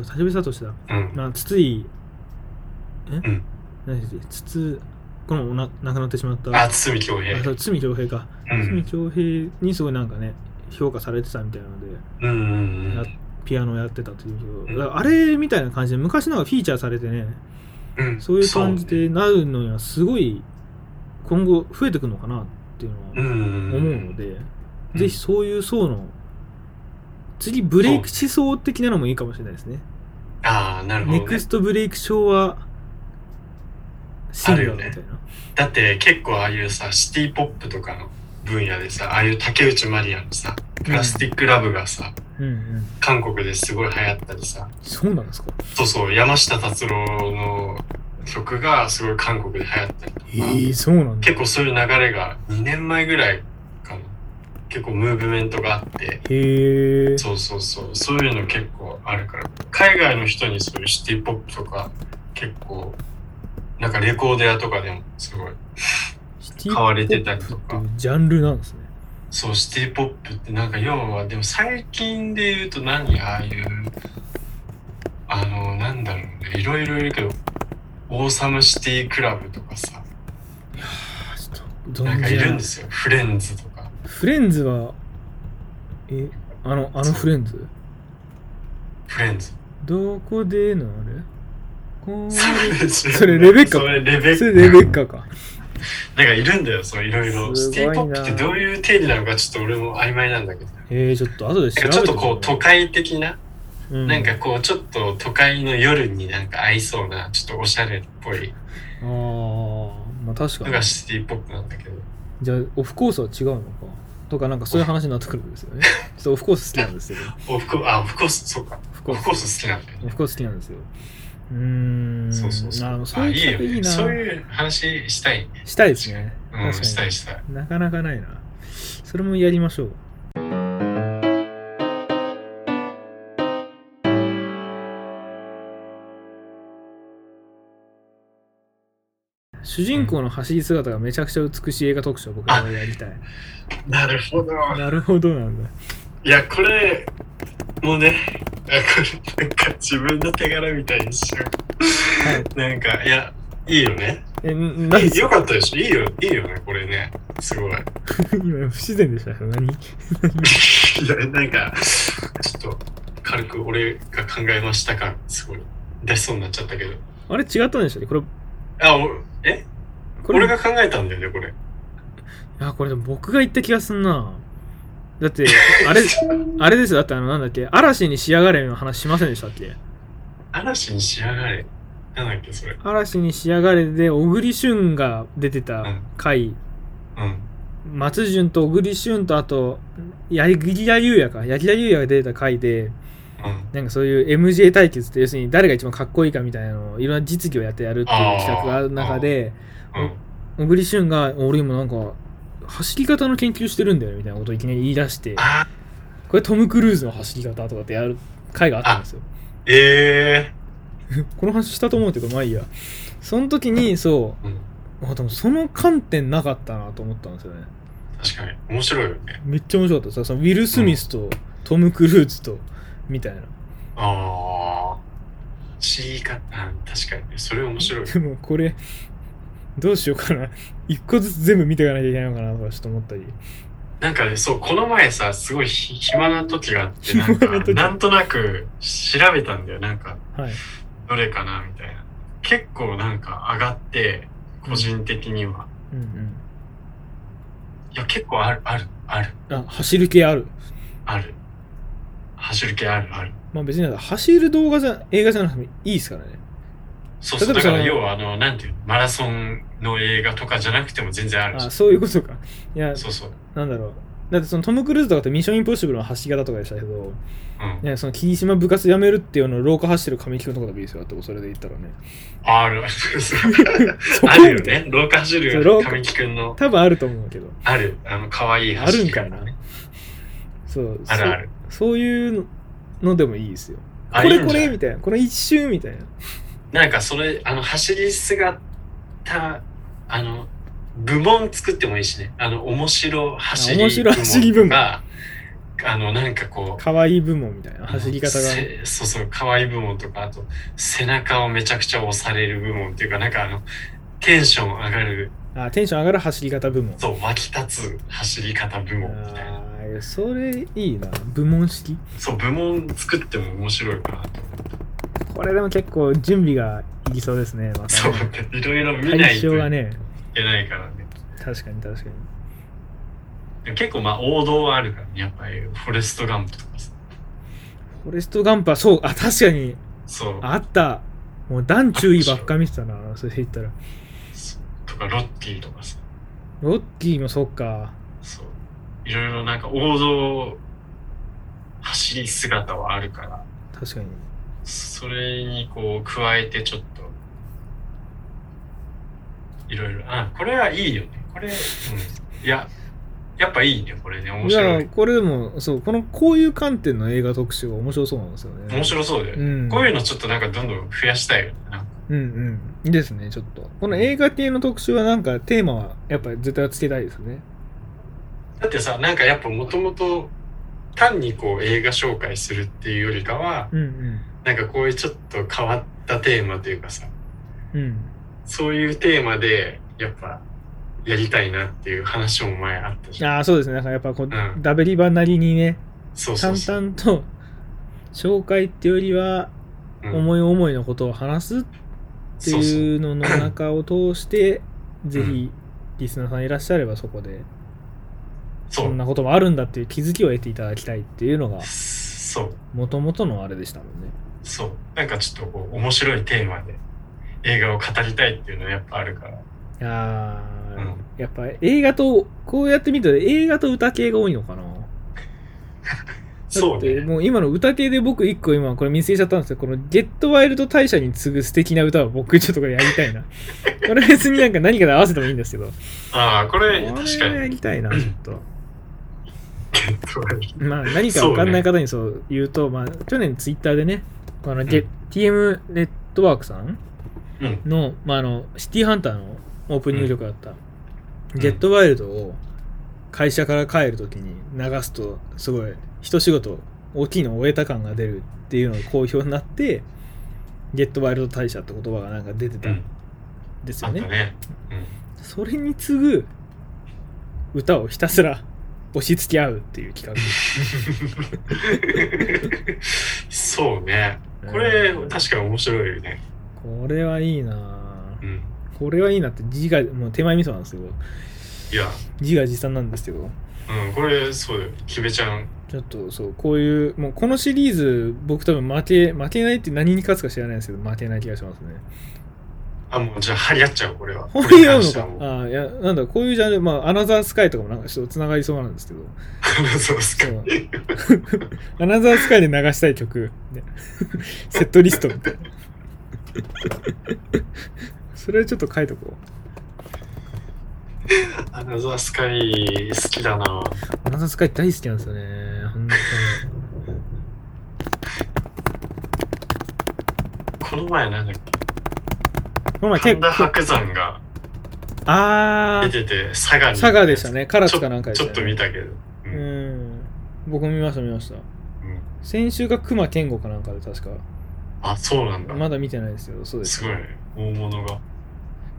S1: う立部聡だ
S2: うん。
S1: な筒井え、
S2: ん
S1: 何でしたっけ筒このおな亡くなってしまった
S2: あ、堤恭平
S1: あ。そう堤恭平か
S2: う
S1: 堤
S2: ん。
S1: 恭平にすごいなんかね評価されてたみたいなので
S2: うんうん
S1: やピアノやってたというけ
S2: うん
S1: どだからあれみたいな感じで昔のがフィーチャーされてね
S2: うん。うん。
S1: そういう感じ
S2: そう
S1: で
S2: ね。
S1: なるのにはすごい今後増えてくのかなっていう
S2: うん
S1: のは
S2: うん
S1: 思
S2: う。
S1: うんので、ぜひそういう層の次ブレイク思想的なのもいいかもしれないですね。
S2: ああ、なるほど
S1: ネ
S2: ね。
S1: クストブレイク昭和シンガーみたい
S2: あ
S1: な
S2: る。だって結構ああいうさシティポップとかの分野でさああいう竹内まりやのさプラスティックラブがさ、
S1: うんうん。
S2: 韓国ですごい流行ったりさ
S1: そうなんですか
S2: そうそう山下達郎の曲がすごい韓国で流行ったりとか、
S1: ええ、そうなんだ。
S2: 結構そういう流れが2年前ぐらいかな。結構ムーブメントがあって、
S1: へえ。
S2: そうそうそう、そういうの結構あるから、海外の人にそういうシティポップとか、結構、なんかレコード屋とかでもすごい、
S1: シティ
S2: 買われてたりと
S1: ポッ
S2: か
S1: プっ、てジャンルなんですね。
S2: そう、シティポップってなんか要は、でも最近で言うと何ああいう、あの、なんだろうね、いろいろいるけど、オーサムシティクラブとかさ、
S1: あちょっと
S2: なん
S1: 存
S2: か
S1: じ
S2: い
S1: 上げ
S2: る
S1: なんい
S2: ですよ、フレンズとか。
S1: フレンズは、え、あの、あのフレンズ
S2: フレンズ。
S1: どこでのあれこ
S2: そう
S1: それレベッカ
S2: それレベ
S1: れ
S2: ッカ。
S1: それレベッカか。
S2: なんかいるんだよ、そういろいろ。
S1: す
S2: シ
S1: ごいな
S2: ティポップってどういう定義なのかちょっと俺も曖昧なんだけど。な
S1: えー、ちょっと後で調
S2: ん
S1: べ
S2: か
S1: て
S2: ちょっとこう都会的な、
S1: う、う
S2: なんかこうちょっと都会の夜になんか合いそうな、ちょっとおしゃれっぽい
S1: ああ、まあ確か
S2: の
S1: に
S2: が。シティポップなんだけど。
S1: じゃあ、オフコースは違うのか。とか、なんかそういう話になってくるんですよ ね。ちょっとオフコース好きなんですけど。
S2: オフコース、あ、オフコース、そうか。
S1: オフコ
S2: オ
S1: ー
S2: フコー
S1: ス。
S2: ス好きなんだよ
S1: オ
S2: ね
S1: フ。コース好きなんですよ。うーん。
S2: そうそうそう。
S1: あ
S2: あ
S1: のそういう企画いい
S2: いいよね。
S1: な。
S2: そういう話したいね。
S1: したいですね。
S2: う
S1: 確
S2: ん、
S1: かに
S2: したいしたい。
S1: なかなかないな。それもやりましょう。主人公の走り姿がめちゃくちゃ美しい映画特集を僕はやりたい。
S2: なるほど。
S1: なるほどなんだ。
S2: いや、これ、もうね、あこれ、なんか自分の手柄みたいにしよう。なんか、いや、いいよね。
S1: え、ん何
S2: いいよかったでしょ。いいよ、いいよね、これね。す ごい。いや、
S1: 今不自然でしたよ。何
S2: なんか、ちょっと、軽く俺が考えましたか、すごい。出しそうになっちゃったけど。
S1: あれ違ったんでしたっけこれ、
S2: あ、おえ
S1: これ
S2: 俺が考えたんだよね、これ。
S1: いや、これでも僕が言った気がすんな。だって、あれ、 あれですよ。だってあの、なんだっけ、嵐に仕上がれの話しませんでしたっけ
S2: 嵐に仕上がれ。なんだっけ、それ。
S1: 嵐に仕上がれで小栗旬が出てた回、
S2: うん。
S1: 松潤と小栗旬とあと柳楽優弥か柳楽優弥が出てた回で
S2: うん。
S1: なんかそういう MJ 対決って要するに誰が一番かっこいいかみたいなのをいろんな実技をやってやるっていう企画がある中で
S2: うん。
S1: 小栗旬が俺今なんか走り方の研究してるんだよねみたいなことをいきなり言い出して
S2: あ、
S1: これトム・クルーズの走り方とかってやる回があったんですよ
S2: え
S1: この話したと思うけどまあいいやその時にそう
S2: えー。うん。
S1: あでもその観点なかったなと思ったんですよね
S2: 確かに。面白いよね。
S1: めっちゃ面白かったさそのウィル・スミスとトム・クルーズとみたいな
S2: ああ。知り方、あ確かにね。それ面 白い。
S1: でもこれどうしようかな一個ずつ全部見ていかなきゃいけないのかなとかちょっと思ったり
S2: なんかね、そう、この前さ、すごいひ暇な時があって、なん
S1: 暇な
S2: か、
S1: 時
S2: なんとなく調べたんだよ。なんか、
S1: はい
S2: どれかなみたいな。結構なんか上がって、個人的には。
S1: うん
S2: いや、結構ある、ある、ある、
S1: うんあ走る系ある
S2: ある。走る系ある、ある。
S1: まあ別になんか走る動画じゃ映画じゃなくてもいいですからね
S2: そうそう。
S1: 例えば
S2: だ
S1: そ
S2: か
S1: の
S2: ら、要は、あの、なんていうの、マラソンの映画とかじゃなくても全然ある
S1: あ
S2: し。
S1: そういうことかいや
S2: そうそう。
S1: なんだろうだってそのトム・クルーズとかってミッション・インポッシブルの走り方とかでしたけど、
S2: うん。
S1: ね、その霧島部活やめるっていうのを廊下走ってる神木君とかでもいいですよだってそれで言ったらね
S2: ある、あ る。
S1: そこ
S2: あるよ ね。廊下走
S1: そう
S2: る
S1: 廊下
S2: 神木くんの。
S1: 多分あると思うけど
S2: ある。あの、可愛い
S1: あるん
S2: 走り
S1: かいな
S2: 方ね。
S1: そう
S2: あるある。
S1: そそういうのでもいいですよこ
S2: あいいん
S1: れ
S2: じゃ
S1: こ
S2: ない
S1: れみたいなこの一周みたいな
S2: なんかそれ、あの、走り姿、あの、部門作ってもいいしね。あの、面白走り
S1: あ面白走り部門
S2: が、あの、なんかこう、
S1: 可愛い部門みたいな走り方が
S2: せそうそう、可愛い部門とか、あと、背中をめちゃくちゃ押される部門っていうか、なんかあの、テンション上がる、
S1: あテンション上がる走り方部門
S2: そう、湧き立つ走り方部門みたいな。
S1: あーそれいいな部門式
S2: そう、部門作っても面白いかなと思って。
S1: これでも結構準備がいりそうですねま
S2: そ
S1: た
S2: う
S1: ね、
S2: いろいろ見な
S1: 対
S2: いと
S1: 象
S2: い
S1: がね
S2: けないからね。
S1: 確かに確かに
S2: でも結構まあ王道はあるからね、やっぱりフォレストガンプとかさ。
S1: フォレストガンパそうあ確かに
S2: そう。
S1: あったもう団注意ばっか見てたなそれで言ったら
S2: とかロッキーとかさ
S1: ロッキーもそっか
S2: そういろいろなんか王道走り姿はあるから
S1: 確かに
S2: それにこう加えてちょっといろいろ。あ、これはいいよね。これ、うん。いや、やっぱいいね、これね。面
S1: だか
S2: 白
S1: ら
S2: い。
S1: これでもそうこのこういう観点の映画特集が面白そうなんですよね
S2: 面白そうだよね。
S1: うん
S2: こういうのちょっとなんかどんどん増やしたいよね。なんか
S1: うんうんですねちょっとこの映画系の特集はなんかテーマはやっぱり絶対つけたいですね
S2: だってさ、なんかやっぱもともと単にこう映画紹介するっていうよりかは、
S1: うん
S2: なんかこういうちょっと変わったテーマというかさ、
S1: うんうん
S2: そういうテーマでやっぱやりたいなっていう話も前あったじゃん。
S1: ああそうですねなんかやっぱこう、
S2: ん
S1: ダベリバなりにね
S2: そうそう
S1: 淡
S2: そう。
S1: 々と紹介っていうよりは
S2: うん
S1: 思い思いのことを話すって
S2: そうそう
S1: いうのの中を通してぜひリスナーさんいらっしゃればそこで
S2: そ
S1: こん
S2: う。
S1: なこともあるんだっていう気づきを得ていただきたいっていうのが
S2: そう。
S1: もともとのあれでしたもんね
S2: そう。なんかちょっとこう面白いテーマで映画を語りたいっていうのはやっぱあるから。
S1: あー、
S2: うん
S1: やっぱ映画とこうやって見ると映画と歌系が多いのかな
S2: そう
S1: だって
S2: ね。
S1: もう今の歌系で僕一個今これ見つけちゃったんですけどこの「ゲットワイルド大社に次ぐ素敵な歌」を僕ちょっとこれやりたいなこれ別になんか何かで合わせてもいいんですけ どこ
S2: ああ、これ
S1: れ
S2: 確か
S1: やりたいなちょっと
S2: に。
S1: まあ何か分かんない方にそう言うとまあ去年ツイッターでねあのゲ
S2: うん
S1: TM ネットワークさん
S2: うん。
S1: の、まあ、あのシティハンターのオープニング曲だった、
S2: ん
S1: ゲットワイルドを会社から帰るときに流すとすごい一仕事大きいのを終えた感が出るっていうのが好評になってゲットワイルド大社って言葉がなんか出てた
S2: うんん。
S1: です
S2: あ
S1: よ
S2: った
S1: ね、
S2: ね。
S1: それに次ぐ歌をひたすら押し付け合うっていう企
S2: うん。 そうね。
S1: 画
S2: これ
S1: うん
S2: 確かに面白いよね。
S1: これはいいなあ
S2: うん。
S1: これはいいなって字がもう手前味噌なんですけど
S2: いや、
S1: 字が持参なんですけど
S2: うん、これそうだよ。キベちゃん。
S1: ちょっとそうこういうもうこのシリーズ僕多分負け負けないって何に勝つか知らないんですけど負けない気がしますね。
S2: あ、もうじゃあ張り合っちゃう、これは。
S1: こういうの
S2: これに関してはもう
S1: かああいやなんだこういうジャンルまあアナザースカイとかもなんかちょっとつながりそうなんですけど
S2: そうっすか。
S1: そうアナザースカイで流したい曲、ね、 セットリストみたいなそれちょっと書いとこう
S2: アナザースカイ好きだな。
S1: アナザースカイ大好きなんですよね本当に
S2: この前なんだっ
S1: この前
S2: け神
S1: 結構
S2: 田伯山が
S1: あ
S2: 出
S1: あ
S2: てて、佐賀に。
S1: 佐賀でしたね唐
S2: ち
S1: 津
S2: ょ
S1: かなんかでし
S2: ち
S1: た、
S2: ょ
S1: ね、
S2: っと見たけど。う
S1: うんん僕も見ました見ました
S2: うん
S1: 先週が熊健吾かなんかで確か
S2: あ、そうなんだ。
S1: まだ見てないですよそうです
S2: すごいね。大物が。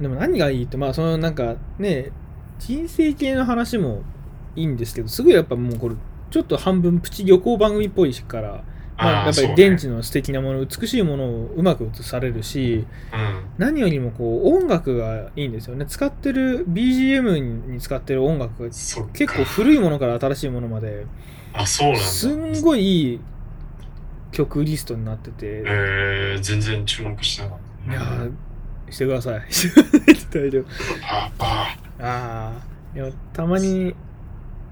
S1: でも何がいいってまあそのなんかね人生系の話もいいんですけどすごいやっぱもうこれちょっと半分プチ旅行番組っぽいからまあ、やっぱり現地
S2: 地。
S1: の素敵なもの、美しいものをうまく映されるし
S2: そうねうん
S1: 何よりもこう音楽がいいんですよね使ってる BGM に使ってる音楽が
S2: そっか
S1: 結構古いものから新しいものまで
S2: あ、そうなんだ。
S1: すんごいいい曲リストになってて、
S2: えー、全然注目してなかった。
S1: いやーしてください。 してくださいって大丈夫。
S2: あ、あ、
S1: ああ。いや、たまに、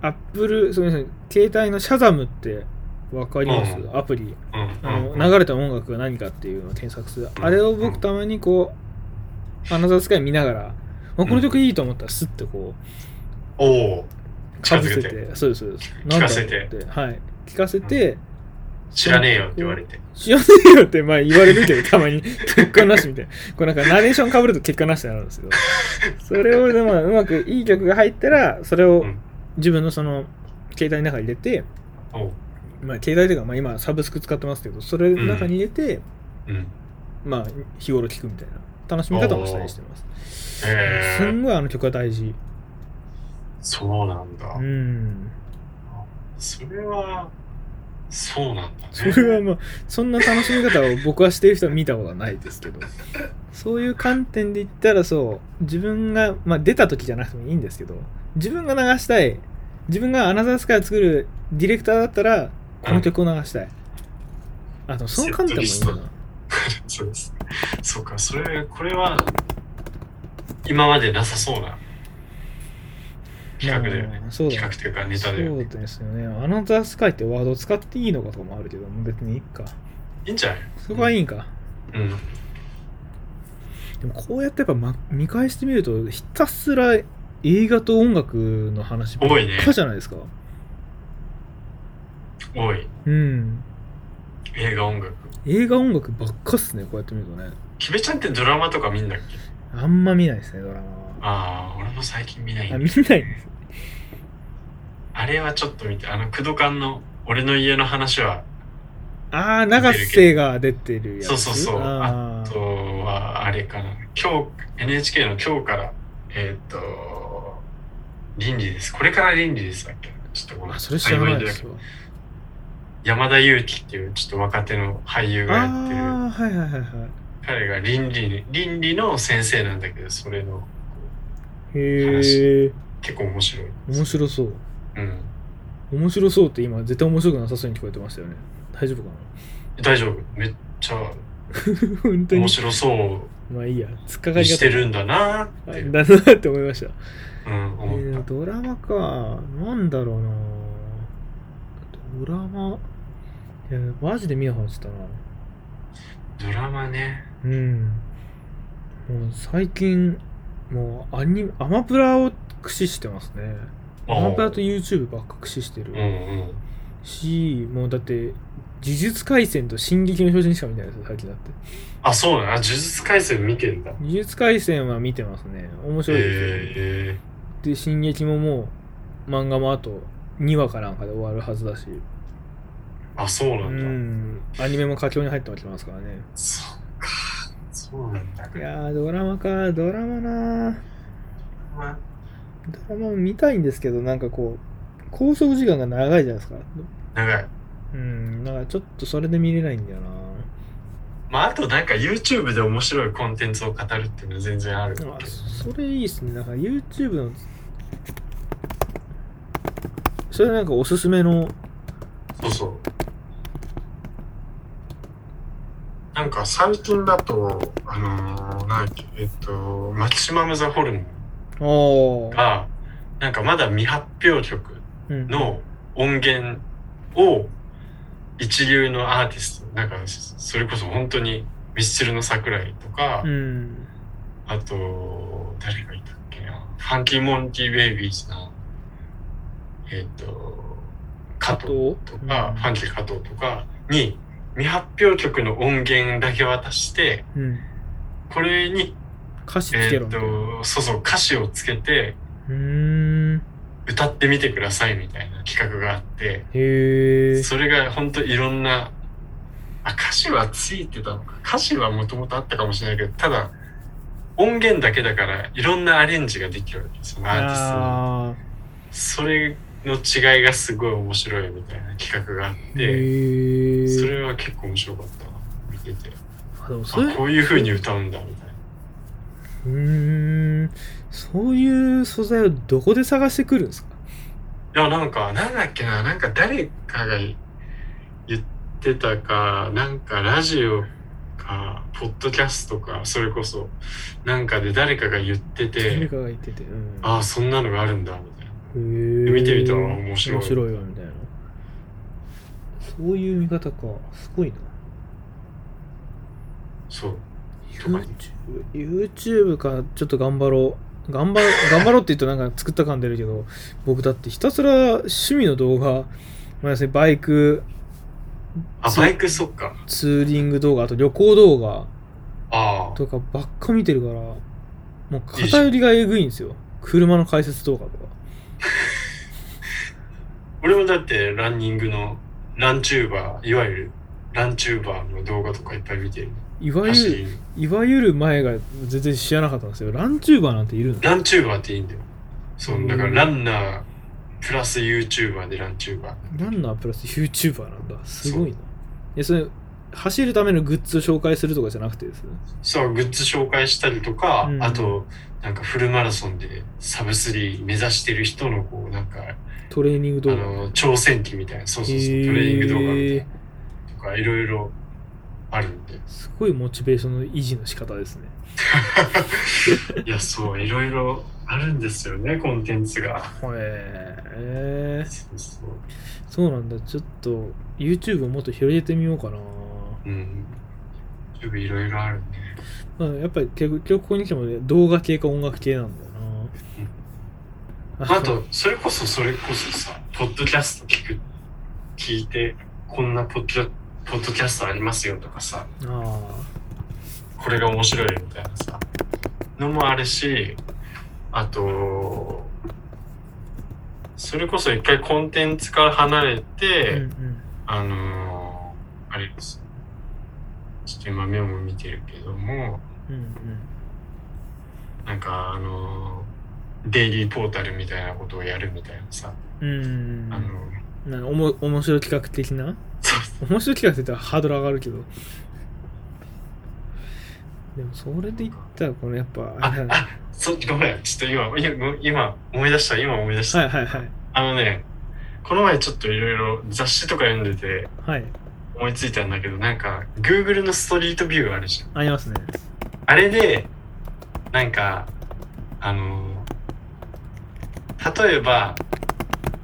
S1: アップル、すみません、携帯のシャザムってわかります、
S2: う
S1: アプリ。
S2: うん。
S1: あの、
S2: うん
S1: 流れた音楽が何かっていうのを検索する。
S2: うん
S1: あれを僕たまにこう、アナザースカイ見ながら、あこの曲いいと思ったらスッてこ
S2: おお、
S1: う、
S2: 近
S1: かぶ
S2: づ
S1: せて、
S2: けて。
S1: そうです、そうです。
S2: 聞かせて
S1: なんだろうって。はい。聞かせて、
S2: 知らねえよって言われて。
S1: 知らねえよってまあ言われるけど、たま に結果なしみたいな。こうなんかナレーション被ると結果なしになるんですけど、それをでもうまくいい曲が入ったら、それを
S2: うん
S1: 自分のその携帯の中に入れて、
S2: おう
S1: まあ携帯というかまあ今サブスク使ってますけど、それの中に入れて、
S2: うん。
S1: まあ日頃聴くみたいな楽しみ方もしたりしてます。
S2: え
S1: すん
S2: ー、
S1: ごいあの曲は大事。
S2: そうなんだ
S1: う。ん。
S2: それは、そうなんだね。
S1: それはまあ、そんな楽しみ方を僕はしている人は見たことはないですけど、そういう観点で言ったらそう、自分が、まあ出た時じゃなくてもいいんですけど、自分が流したい、自分がアナザースカイを作るディレクターだったら、この曲を流したい。あと、その観点もいい
S2: セット
S1: な。
S2: そうです。そうか、それ、これは、今までなさそうな企画だよね。
S1: まあそうだね
S2: 企画というか、ネタだよ
S1: そ
S2: ね。
S1: うですよね。アナザースカイってワードを使っていいのかとかもあるけど、別にいいか。
S2: いいんじゃない
S1: そこはいいんか。
S2: うん。
S1: でもこうやってやっぱ、ま、見返してみるとひたすら映画と音楽の話ばっ
S2: 多いね
S1: かじゃないですか、
S2: 多い。
S1: うん
S2: 映画音楽。
S1: 映画音楽ばっかっすねこうやって見るとね
S2: キベちゃんってドラマとか見んだっけ
S1: あんま見ないですねドラマは
S2: ああ、俺も最近見ないん
S1: あ
S2: だ
S1: 見ないんです
S2: あれはちょっと見て、あの、工藤館の俺の家の話は、
S1: ああ永瀬が出てるやつ
S2: そうそうそう。あ
S1: あー
S2: とは、あれかな。今日、NHK の今日から、えーっ、と、倫理です。これから倫理ですだっけちょっとごめん
S1: あそれ知らないです
S2: 曖昧だけど
S1: よ
S2: 山田裕貴っていうちょっと若手の俳優がやってる。
S1: ああーはいはいはいは
S2: 彼が倫理に倫理の先生なんだけどそれの
S1: いへえ
S2: 結構面白い
S1: 面白そう
S2: うん
S1: 面白そうって今絶対面白くなさそうに聞こえてましたよね大丈夫かな
S2: 大丈夫めっちゃ
S1: 本当に
S2: 面白そ
S1: まあいいやつっか
S2: う
S1: か
S2: に
S1: りが
S2: してるんだなーっ
S1: は
S2: て、
S1: いだなって思いました
S2: うん
S1: え
S2: 思
S1: ー
S2: っ
S1: ドラマかなんだろうなドラマいやマジで見なかったな
S2: たドラマね
S1: うんもう最近もうアニメアマプラを駆使してますねアマプラと YouTube ばっか駆使して
S2: う
S1: る
S2: んうん
S1: し、もうだって呪術廻戦と進撃の巨人しか見てないですよ最近だって
S2: あそうだな呪術廻戦見てんだ
S1: 呪術廻戦は見てますね面白いですよ、
S2: え
S1: で進撃ももう漫画もあと2話かなんかで終わるはずだし
S2: ー、あそうな
S1: うん
S2: だ、
S1: んアニメも佳境に入ってきますからね
S2: そっかそうなんだ
S1: いやードラマかドラマなー
S2: ま
S1: ドラマも見たいんですけどなんかこう拘束時間が長いじゃないですか
S2: あ長い
S1: うんなんかちょっとそれで見れないんだよな
S2: まああとなんか YouTube で面白いコンテンツを語るっていうのは全然ある
S1: あそれいいっすねなんか YouTube のそれなんかおすすめの
S2: そうそう。なんか最近だと、あのー、なんだっけ、えっと、マキシマム・ザ・ホルン
S1: ああ、
S2: が、なんかまだ未発表曲
S1: うん、
S2: の音源を一流のアーティスト、なんかそそれこそ本当にミスチルの桜井とか、
S1: うん
S2: あと、誰がいたっけな、ファンキー・モンキー・ベイビーズの、えっと、加藤
S1: と
S2: とか、ファンキー加藤とかに未発表曲の音源だけ渡して
S1: うん、
S2: これに、
S1: 歌詞つ
S2: え
S1: け
S2: ー
S1: ろ
S2: っ
S1: みたいなう
S2: とそうそう歌詞をつけて
S1: ーん
S2: 歌ってみてくださいみたいな企画があって
S1: へえ
S2: それが本当いろんなあ歌詞はついてたのか歌詞はもともとあったかもしれないけどただ音源だけだからいろんなアレンジができるわけですよアーティストの
S1: あ
S2: それの違いがすごい面白いみたいな企画があっ
S1: ー
S2: て
S1: へえ
S2: それは結構面白かったな見てて。
S1: あでもそ
S2: あ
S1: れ
S2: こういう風に歌うんだみたいな。
S1: うーんそういう素材をどこで探してくるんですか
S2: いやなんかなんだっけななんか誰かが言ってたかなんかラジオかポッドキャストかそれこそなんかで誰かが言って
S1: 誰
S2: て
S1: かが言ってて、うん、
S2: ああそんなのがあるんだみたいな。
S1: へー
S2: 見てみたら面白い
S1: 面白いわみたいなそういう見方かすごいな
S2: そう。とかに
S1: YouTube, YouTube かちょっと頑張ろう 頑張ろう頑張ろうって言うとなんか作った感出るけど僕だってひたすら趣味の動画ごめんなさいバイク
S2: あ
S1: そう
S2: バイクそっか。
S1: ツーリング動画あと旅行動画
S2: ああ
S1: とかばっか見てるからもう偏りがえぐいんですよ車の解説動画とか
S2: 俺もだってランニングのランチューバーいわゆるランチューバーの動画とかいっぱい見てる。
S1: いわゆ
S2: 走
S1: る
S2: り
S1: いわゆる前が全然知らなかったんですよランチューバーなんているんだ
S2: ランチューバーっていいんだよ。そうう、
S1: ん
S2: だからランナー、プラス YouTuber でランチューバー。
S1: ランナープラス YouTuber なんだすごいなえそれ走るためのグッズを紹介するとかじゃなくてですね
S2: そう、グッズ紹介したりとか、
S1: うん
S2: あと、なんかフルマラソンでサブスリー目指してる人の、こう、なんか、あ
S1: トレーニング動画
S2: の、挑戦記みたいな、そうそうそう、
S1: へー
S2: トレーニング動画みたいな、とか、いろいろあるんで。
S1: すごいモチベーションの維持の仕方ですね
S2: いや、そう、いろいろあるんですよね、コンテンツが。
S1: へえ
S2: そうそう。
S1: そうなんだちょっと YouTube をもっと広げてみようかな
S2: うん。 YouTube いろいろあるね。
S1: うん、やっぱり結局ここに来てもね動画系か音楽系なんだよな
S2: あと、それこそそれこそさ、ポッドキャスト聞く、聞いて、こんなポッドキャポッドキャストありますよとかさ、
S1: あ
S2: これが面白いみたいなさ、のもあるし、あと、それこそ一回コンテンツから離れ
S1: あ
S2: て、
S1: うんうん
S2: あのーあれです。ちょっと今メモ見てるけども、
S1: うん
S2: なんかあのーデイリーポータルみたいなことをやるみたいなさ、
S1: うんうん
S2: あの
S1: なんかおも面白企画的な
S2: そう
S1: 面白企画って言ったらハードル上がるけどでもそれで言ったらこのやっぱあ
S2: あ
S1: れだ、ね
S2: あ、そ、ごめん、ちょっと今、今今思い出した、今思い出した。
S1: はいはいはい
S2: あのね、この前ちょっといろいろ雑誌とか読んでて
S1: はい
S2: 思いついたんだけど、なんか、Google のストリートビューあるじゃん。
S1: ありますね
S2: あれで、なんか、あのー、例えば、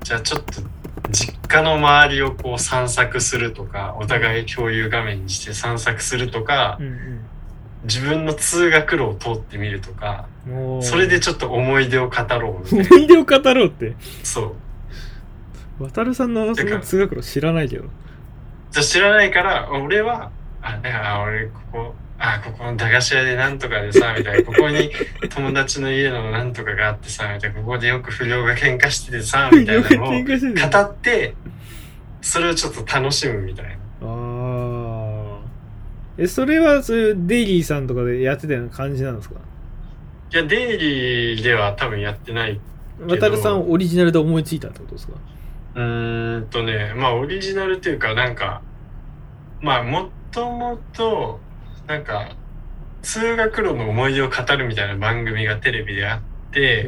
S2: じゃあちょっと、実家の周りをこう散策するとか、お互い共有画面にして散策するとか
S1: う、ん
S2: 自分の通学路を通ってみるとか、
S1: うんもう
S2: それでちょっと思い出を語ろうみた
S1: 思
S2: いな。
S1: い出を語ろうって
S2: そう。
S1: 渡るさんのその通学路知らないけど
S2: じゃあ知らないから、俺は、あ、だから俺、ここ、あ、ここの駄菓子屋でなんとかでさ、みたいな、ここに友達の家のなんとかがあってさ、みたいな、ここでよく不良が喧嘩しててさ、みたいなのを
S1: 喧嘩してる
S2: 語って、それをちょっと楽しむみたいな。
S1: ああ。え、それは、そういうデイリーさんとかでやってたような感じなんですか
S2: いや、デイリーでは多分やってない。ど
S1: 渡るさんオリジナルで思いついたってことですか
S2: うーんとね、まあオリジナルというか、なんか、まあもともと、なんか、通学路の思い出を語るみたいな番組がテレビであって、
S1: で
S2: で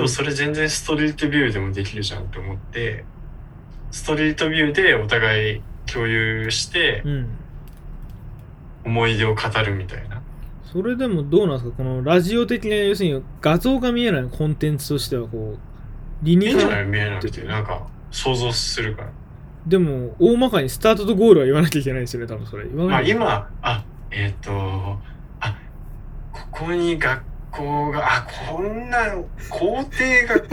S2: もそれ全然ストリートビューでもできるじゃんって思って、ストリートビューでお互い共有して
S1: うん。
S2: 思い出を語るみたいな。
S1: それでもどうなんですかこのラジオ的な、要するに画像が見えないコンテンツとしては、こう、理
S2: い
S1: に
S2: いんじ
S1: かな
S2: ゃない見えなくて。なんか想像するから。
S1: でも、大まかにスタートとゴールは言わなきゃいけないですよね、多分それ。言わ
S2: まあ
S1: なきゃいけない
S2: 今、あ、えっ、と、あ、ここに学校が、あ、こんな、校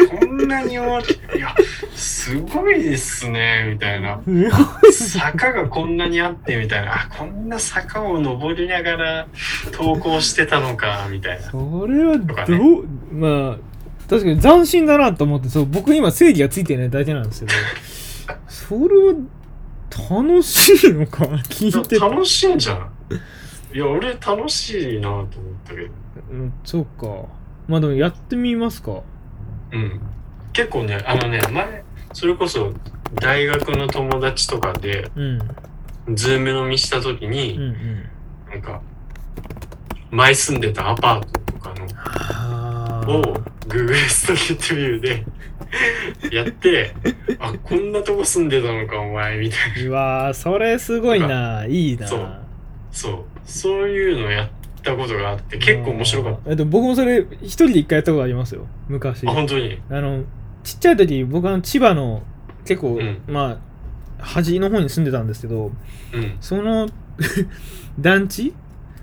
S2: 庭がこんなに大きく、いや、すごいですね、みたいな。 坂がこんなにあってみたいなあこんな坂を登りながら投稿してたのかみ たいな
S1: それはど
S2: とか
S1: う、まあ確かに斬新だなと思ってそう僕今正義がついてないだけなん ですけどそれは楽しいのか聞いて
S2: い
S1: て
S2: や楽しいんじゃんいや俺楽しいなと思ったけど
S1: うんそうかまあでもやってみますか
S2: うん結構ねあのね前それこそ大学の友達とかで
S1: うん
S2: ズーム飲みした時
S1: うんう
S2: に、
S1: ん
S2: なんか前住んでたアパートとかの
S1: あ
S2: を
S1: ー
S2: Google ストリートビューで やってあこんなとこ住んでたのかお前みたいな
S1: うわーそれすごいないいな
S2: そうそう。そういうのやったことがあって、結構面白かっ
S1: った僕もそれ一人で一回やったことありますよ昔
S2: た。あ、本当に。
S1: あのちっちゃい時僕は千葉の結構、
S2: うん
S1: まあ端の方に住んでたんですけど、
S2: うん。
S1: その 団地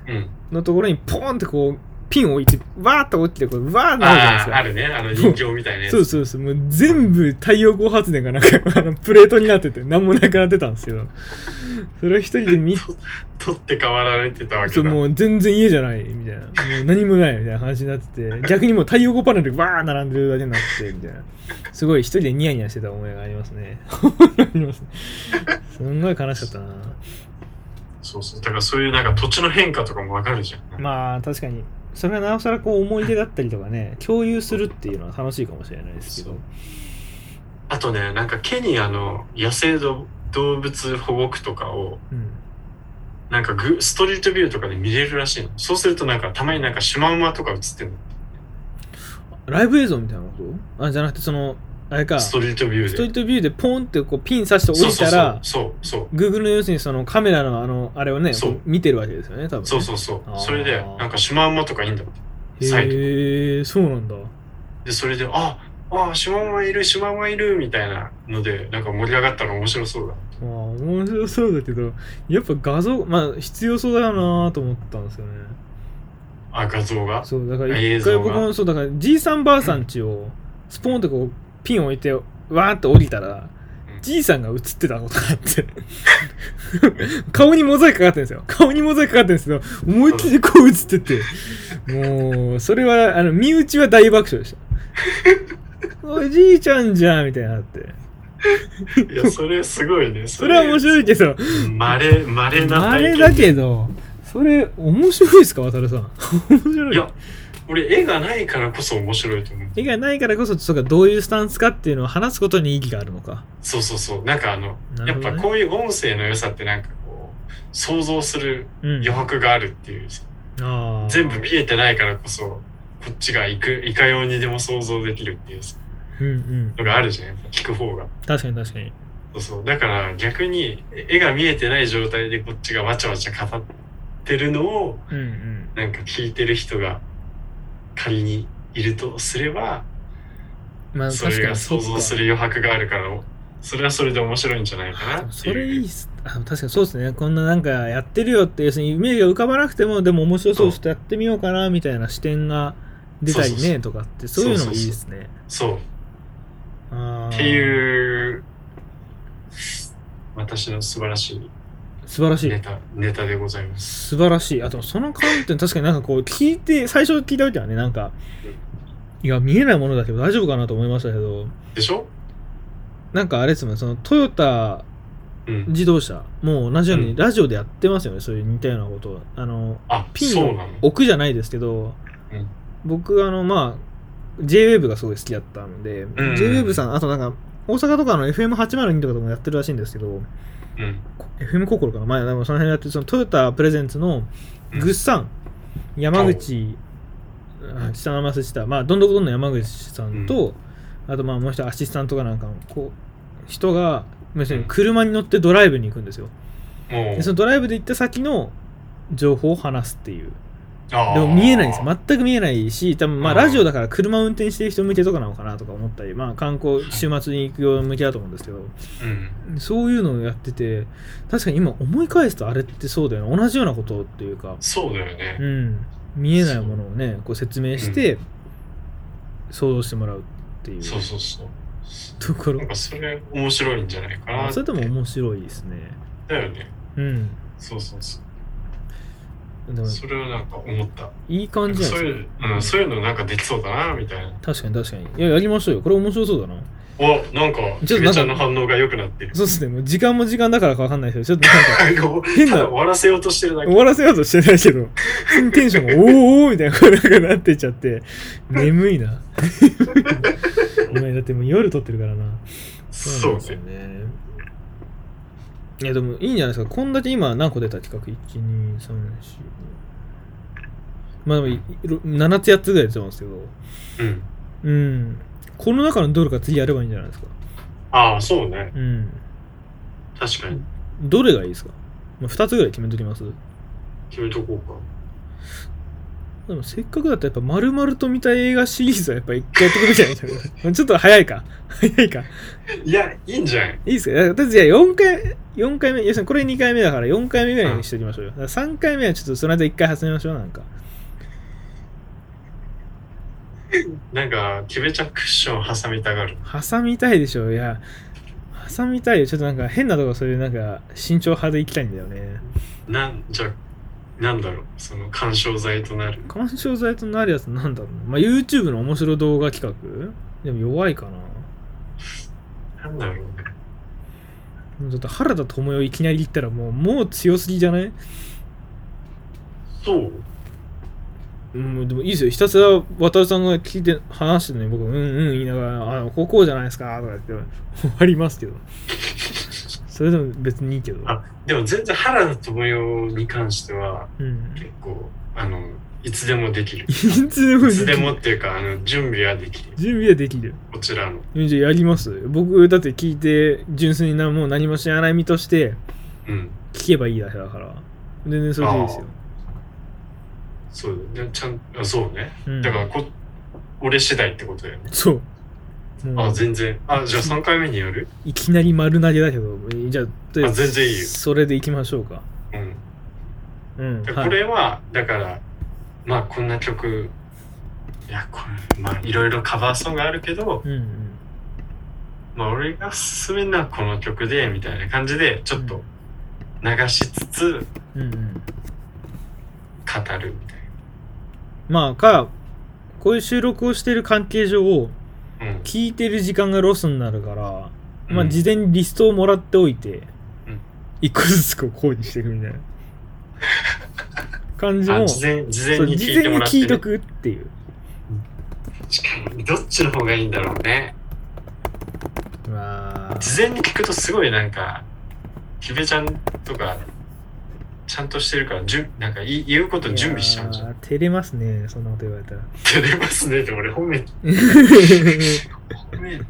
S2: うん。
S1: のところにポーンってこうピンを置いてわーっと落ちてこうわーってなるじゃない
S2: あ
S1: です
S2: あ、
S1: か。
S2: あるね。あの人形みたいなや
S1: そう
S2: つ。
S1: そうそうもう全部太陽光発電がなんか あのプレートになってて何もなくなってたんですけどそれを一人で見
S2: と取って変わられてたわけ
S1: て
S2: だ。
S1: もう全然家じゃないみたいなもう何もないみたいな話になってて逆にもう太陽光パネルがわー並んでるだけになってみたいなすごい一人でニヤニヤしてた思いがありますね ありますねすんごい悲しかったな
S2: そうそう。だからそういうなんか土地の変化とかもわかるじゃん。
S1: まあ確かにそれはなおさらこう思い出だったりとかね共有するっていうのは楽しいかもしれないですけど
S2: そうあとね、なんかケニアの野生動物保護区とかを、
S1: うん
S2: なんかグストリートビューとかで見れるらしいの。そうするとなんかたまになんかシマウマとか映ってる
S1: ライブ映像みたいなことあじゃなくてそのあれか
S2: の。
S1: ス
S2: ストリートビューで。
S1: トリートビューでポンってこうピン刺して
S2: そ
S1: 降
S2: う
S1: り
S2: そう
S1: た
S2: そう
S1: ら
S2: そうそう。
S1: Google の要するにそのカメラのあのあれをね
S2: そう
S1: こう見てるわけですよね多分
S2: そうそうそ
S1: あー
S2: う。それで、なんかシマウマとかいいんだって。サイト
S1: へえそうなんだ
S2: で、それで、あああ、シマウマいる、シマウマいる、みたいなので、なんか盛り上がったの面白そうだ。
S1: まあ面白そうだけどやっぱ画像まあ必要そうだよなと思ったんですよね
S2: あ、画 像が。
S1: そうだから
S2: あ映
S1: 一
S2: 像
S1: 回
S2: が
S1: 僕もそうだからじいさんばあさんちをスポーンとこうピン置いてわーっと降りたら
S2: うん
S1: じいさんが映ってたことがあって 顔にモザイクかかってるんですよ顔にモザイクかかってるんですけど思いっきりこう映っててもうそれはあの身内は大爆笑でしたおいじいちゃんじゃんみたいになって
S2: いや、それすごいね。
S1: それは面白いけど
S2: い。稀、稀な
S1: あ
S2: 体
S1: れ
S2: 験
S1: だけど、それ面白いですか、渡るさん。面白い。
S2: いや、俺、絵がないからこそ面白いと思う。
S1: 絵がないからこそ、そうか、どういうスタンスかっていうのを話すことに意義があるのか。
S2: そうそうそう。なんかあの、
S1: な
S2: や
S1: るほ
S2: っ
S1: ど
S2: ぱ
S1: ね
S2: こういう音声の良さってなんかこう、想像する
S1: うん
S2: 余。白があるっていう、
S1: あー
S2: 全部。見えてないからこそ、こっちがいく、いかようにでも想像できるっていう
S1: うんうん。
S2: のがあるじゃん。やっぱ聞く方が。
S1: 確かに確かに。
S2: そうそう。だから逆に、絵が見えてない状態でこっちがわちゃわちゃ語ってるのを、
S1: うんうん。
S2: なんか聞いてる人が仮にいるとすれば、
S1: まあ、
S2: そ
S1: 確
S2: れ
S1: か
S2: が
S1: にそ
S2: 想
S1: うか
S2: 像する余白があるから、それはそれで面白いんじゃないかな
S1: あ
S2: って
S1: それい
S2: いう。
S1: いっすあ確かにそうですねこんななんかやってるよって要するにイメージが浮かばなくてもでも面白そうちょっとやってみようかなみたいな視点が出たり
S2: そうそうそ
S1: ねとかってそういうのもいいですね
S2: そう。
S1: あー
S2: っていう、私の素晴らし
S1: 素晴らし
S2: い
S1: い
S2: ネタ、ネタでございます。
S1: 素晴らしい。あと、その観点、確かになんかこう、聞いて、最初聞いた時はね、なんか、いや、見えないものだけど大丈夫かなと思いましたけど、
S2: でしょ
S1: なんかあれですもんね、そのトヨタ
S2: うん。
S1: 自動車も同じよう
S2: う
S1: に
S2: ん
S1: ラジオでやってますよね、そういう似たようなことを。あの、
S2: あ、
S1: ピン
S2: そう
S1: を
S2: なの。
S1: 置くじゃないですけど、
S2: うん
S1: 僕、あの、まあ、JWAVE がすごい好きだったんで、
S2: うん
S1: JWAVE さん、あとなんか、大阪とかの FM802 とかでもやってるらしいんですけど、
S2: うん。
S1: FM 心かな前でもその辺やってるそのトヨタプレゼンツの
S2: うん
S1: グッサン、山口あ下の名前忘れてたまあどんどこどんの山口さんと、あとまあもう一人アシスタントかなんかのこう人が要するに車に乗ってドライブに行くんですよ
S2: もう
S1: でそ、のドライブで行った先の情報を話すっていう
S2: あ
S1: で
S2: ー
S1: も見えないんですよ全く見えないし多分まあ
S2: うん
S1: ラジオだから車運転してる人向けとかなのかなとか思ったりまあ観光週末に行くよう向けだと思うんですけど
S2: うん。
S1: そういうのをやってて確かに今思い返すとあれってそうだよね同じようなことっていうか、
S2: そうだよね
S1: う。ん、見えないものをねこう説明して想像してもらうっていう
S2: そうそうそう。
S1: ところ
S2: なんかそれ面白いんじゃないかなって。
S1: それでも面白いですね
S2: だよね。
S1: うん
S2: そうそうそう。
S1: でも
S2: それはなんか思った。
S1: いい感じなんで
S2: そう
S1: すよ
S2: いう、うん、そういうのなんかできそうだな、みたいな。
S1: 確かに確かにいややりましょうよこれ面白そうだな
S2: お、なんか、
S1: ち
S2: ち
S1: ょっとなんか
S2: ちゃんの反応が良くなってる。
S1: そうですねもう時間も時間だからかわかんないですけどちょっとなん か変
S2: 変
S1: な
S2: 終わらせようとしてるだけ
S1: 終。わらせようとしてないけどテンションが「おーおー」みたいな声がなってっちゃって眠い な今だってもう夜撮ってるからな
S2: そう
S1: なんですよ
S2: ね。
S1: ね。いやでもいいんじゃないですか。こんだけ今何個出た企画 ?1、2、3、4、5。まあでもいいろ7つ8つぐらい出てますけど。
S2: うん。
S1: うん。この中のどれか次やればいいんじゃないですか。
S2: ああ、そうね。
S1: うん。
S2: 確かに。
S1: どれがいいですか、まあ、?2 つぐらい決めときます。
S2: 決めとこうか。
S1: でもせっかくだったらやっぱ丸々と見た映画シリーズはやっぱ一回やってくべきじゃない ですか。ちょっと早いか。早いか。
S2: いや、いいんじゃない
S1: いいですかだだってじゃあ4回、四回目、要するにこれ2回目だから4回目ぐらいにしておきましょうよ。だから3回目はちょっとその間1回挟みましょう、なんか。
S2: なんか、キベちゃんクッション挟みたがる。
S1: 挟みたいでしょ、いや。挟みたいよ。ちょっとなんか変なとこそういうなんか慎重派で行きたいんだよね。
S2: なん、じゃ、なんだろう。その、干渉剤となる。
S1: 干渉剤となるやつなんだろうな。まあ YouTube の面白動画企画でも弱いかな。
S2: なんだろうね。
S1: ちょっと原田知世いきなり行ったらもう、もう強すぎじゃない
S2: そう
S1: うん、でもいいですよ。ひたすら渡さんが聞いて話してるのに僕、うんうん言いながら、あ、ここじゃないですかとか言って終わりますけ ど。それでも別にいいけど。
S2: あでも全然原田知世に関しては、
S1: うん。
S2: 結構、あの、いつでもでき る
S1: い。つでも
S2: い
S1: でき
S2: つで
S1: る。
S2: もっていうか、あの、準備はできる。
S1: 準備はできる。
S2: こちらの。
S1: じゃあやります。僕、だって聞いて、純粋になもう何も知らない身として、
S2: うん。
S1: 聞けばいいだけだから。全然それでいいですよ。
S2: そうだね。ちゃん、あそうね。
S1: うん、
S2: だからこ、俺次第ってことだよね。
S1: そう。もう
S2: あ、全然。あ、じゃあ3回目にやる
S1: いきなり丸投げだけど、えーじゃあ、とりあえず
S2: あ全然いいよ
S1: それでいきましょうか。
S2: うん。
S1: うん。
S2: で
S1: は
S2: こ
S1: い、
S2: れは、だから、まあこんな曲、いや、これ、まあいろいろカバーソングあるけど、
S1: うんうん。
S2: まあ俺が勧めるのはこの曲で、みたいな感じで、ちょっと流しつつ語
S1: うんうん。
S2: るみたい
S1: まあ、か、こういう収録をしてる関係上、
S2: な。うん。
S1: 聞いてる時間がロスになるから、ま
S2: う
S1: あ、
S2: ん
S1: 事前にリストをもらっておいて
S2: うん、
S1: 一個ずつこう、こうにしていくみたい な感じも、
S2: あ
S1: そ
S2: 事前事前
S1: う
S2: に
S1: 事
S2: 聞い
S1: 前
S2: て
S1: に
S2: もらって、
S1: 聞
S2: ね、
S1: いとくっていう。
S2: 確かにどっちの方がいいんだろうね
S1: まあ、
S2: 事前に聞くとすごいなんかひべちゃんとかちゃんとしてるからじゅなんかい言うこと準備しちゃうんじゃん
S1: いやー照れますね、そんなこと言われ たら。
S2: 照れますねって俺褒め褒め
S1: ね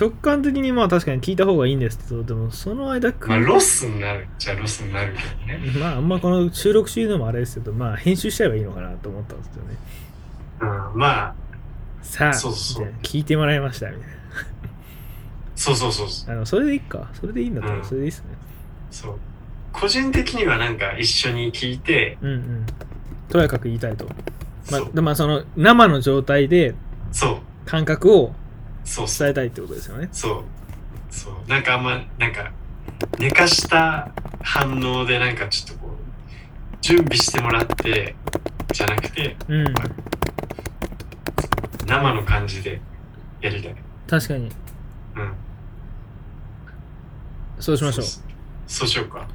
S1: 直感的にまあ確かに聞いた方がいいんですけど、でもその間
S2: まあ
S1: 空
S2: ロスになるじゃロスになるけどね
S1: まああんまこの収録中のもあれですけど、まあ編集しちゃえばいいのかなと思ったんですよね。
S2: うんまあ
S1: さあ、
S2: そうそう
S1: みたいな聞いてもらいましたみたい
S2: そうそうそうそう
S1: な。あのそれでいいか。それでいいんだった
S2: うん
S1: らそれでいいっすね。
S2: そう個人的にはなんか一緒に聞いて
S1: うんうん。とやかく言いたいと。ま
S2: そ
S1: あ、
S2: う
S1: でまあその生の状態で
S2: そう
S1: 感覚を
S2: そうそう
S1: 伝えたいってことですよね。
S2: そう。そう。なんかあんま、なんか、寝かした反応で、なんかちょっとこう、準備してもらって、じゃなくて、
S1: うん。
S2: 生の感じでやりたい。
S1: 確かに。
S2: うん。
S1: そうしましょう。
S2: そそうしようか。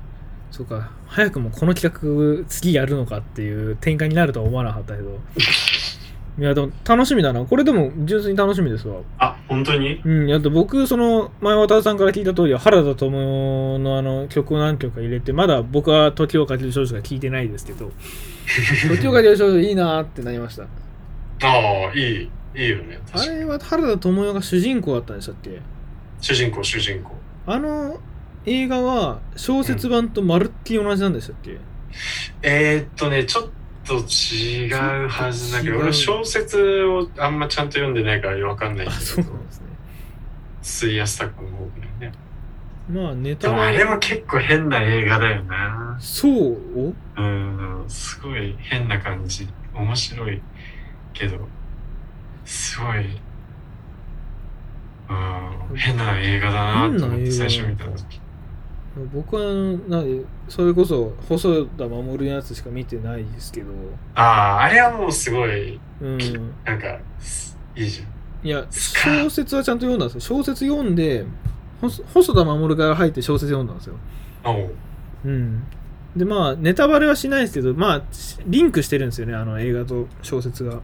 S1: そうか。早くもこの企画次やるのかっていう展開になるとは思わなかったけ ど。いやでも楽しみだな。これでも純粋に楽しみですわ。
S2: あ、本当に
S1: うん。いやだって僕、その前渡さんから聞いた通り、原田知世のあの曲を何曲か入れて、まだ僕は時をかける少女が聞いてないですけ ど、時をかける少女いいなーってなりました。
S2: ああ、いい、いいよね。確
S1: あ
S2: かに
S1: れは原田知世が主人公だったんでしたっけ
S2: 主人公、主人公。
S1: あの映画は小説版とまるっきり同じなんでしたっけ、
S2: えー、っとね、ちょっと違うはずだけ
S1: ちょっと違
S2: ど、
S1: う
S2: 俺小説をあんまちゃんと読んでないからわかんないん
S1: あ、
S2: だ
S1: そ
S2: け
S1: う
S2: ど
S1: な、んですね。
S2: 水安タコの方がね。
S1: まあネタ
S2: でもあ
S1: は
S2: れも結構変な映画だよな。
S1: そう
S2: うん、すごい変な感じ。面白いけど、すごい、うん、変な映画だなと思っ
S1: 変
S2: て
S1: な
S2: 最
S1: 映
S2: 初
S1: 画
S2: 見た時。
S1: 僕はあのなんでそれこそ細田守のやつしか見てないですけど、
S2: ああ、あれはもうすごい、
S1: うん、
S2: なんか、すいいじゃん。
S1: いや小説はちゃんと読んだんですよ小説読んで細細田守から入って小説読んだんですよ、
S2: あおう
S1: うん、でまあネタバレはしないですけどまあリンクしてるんですよねあの映画と小説が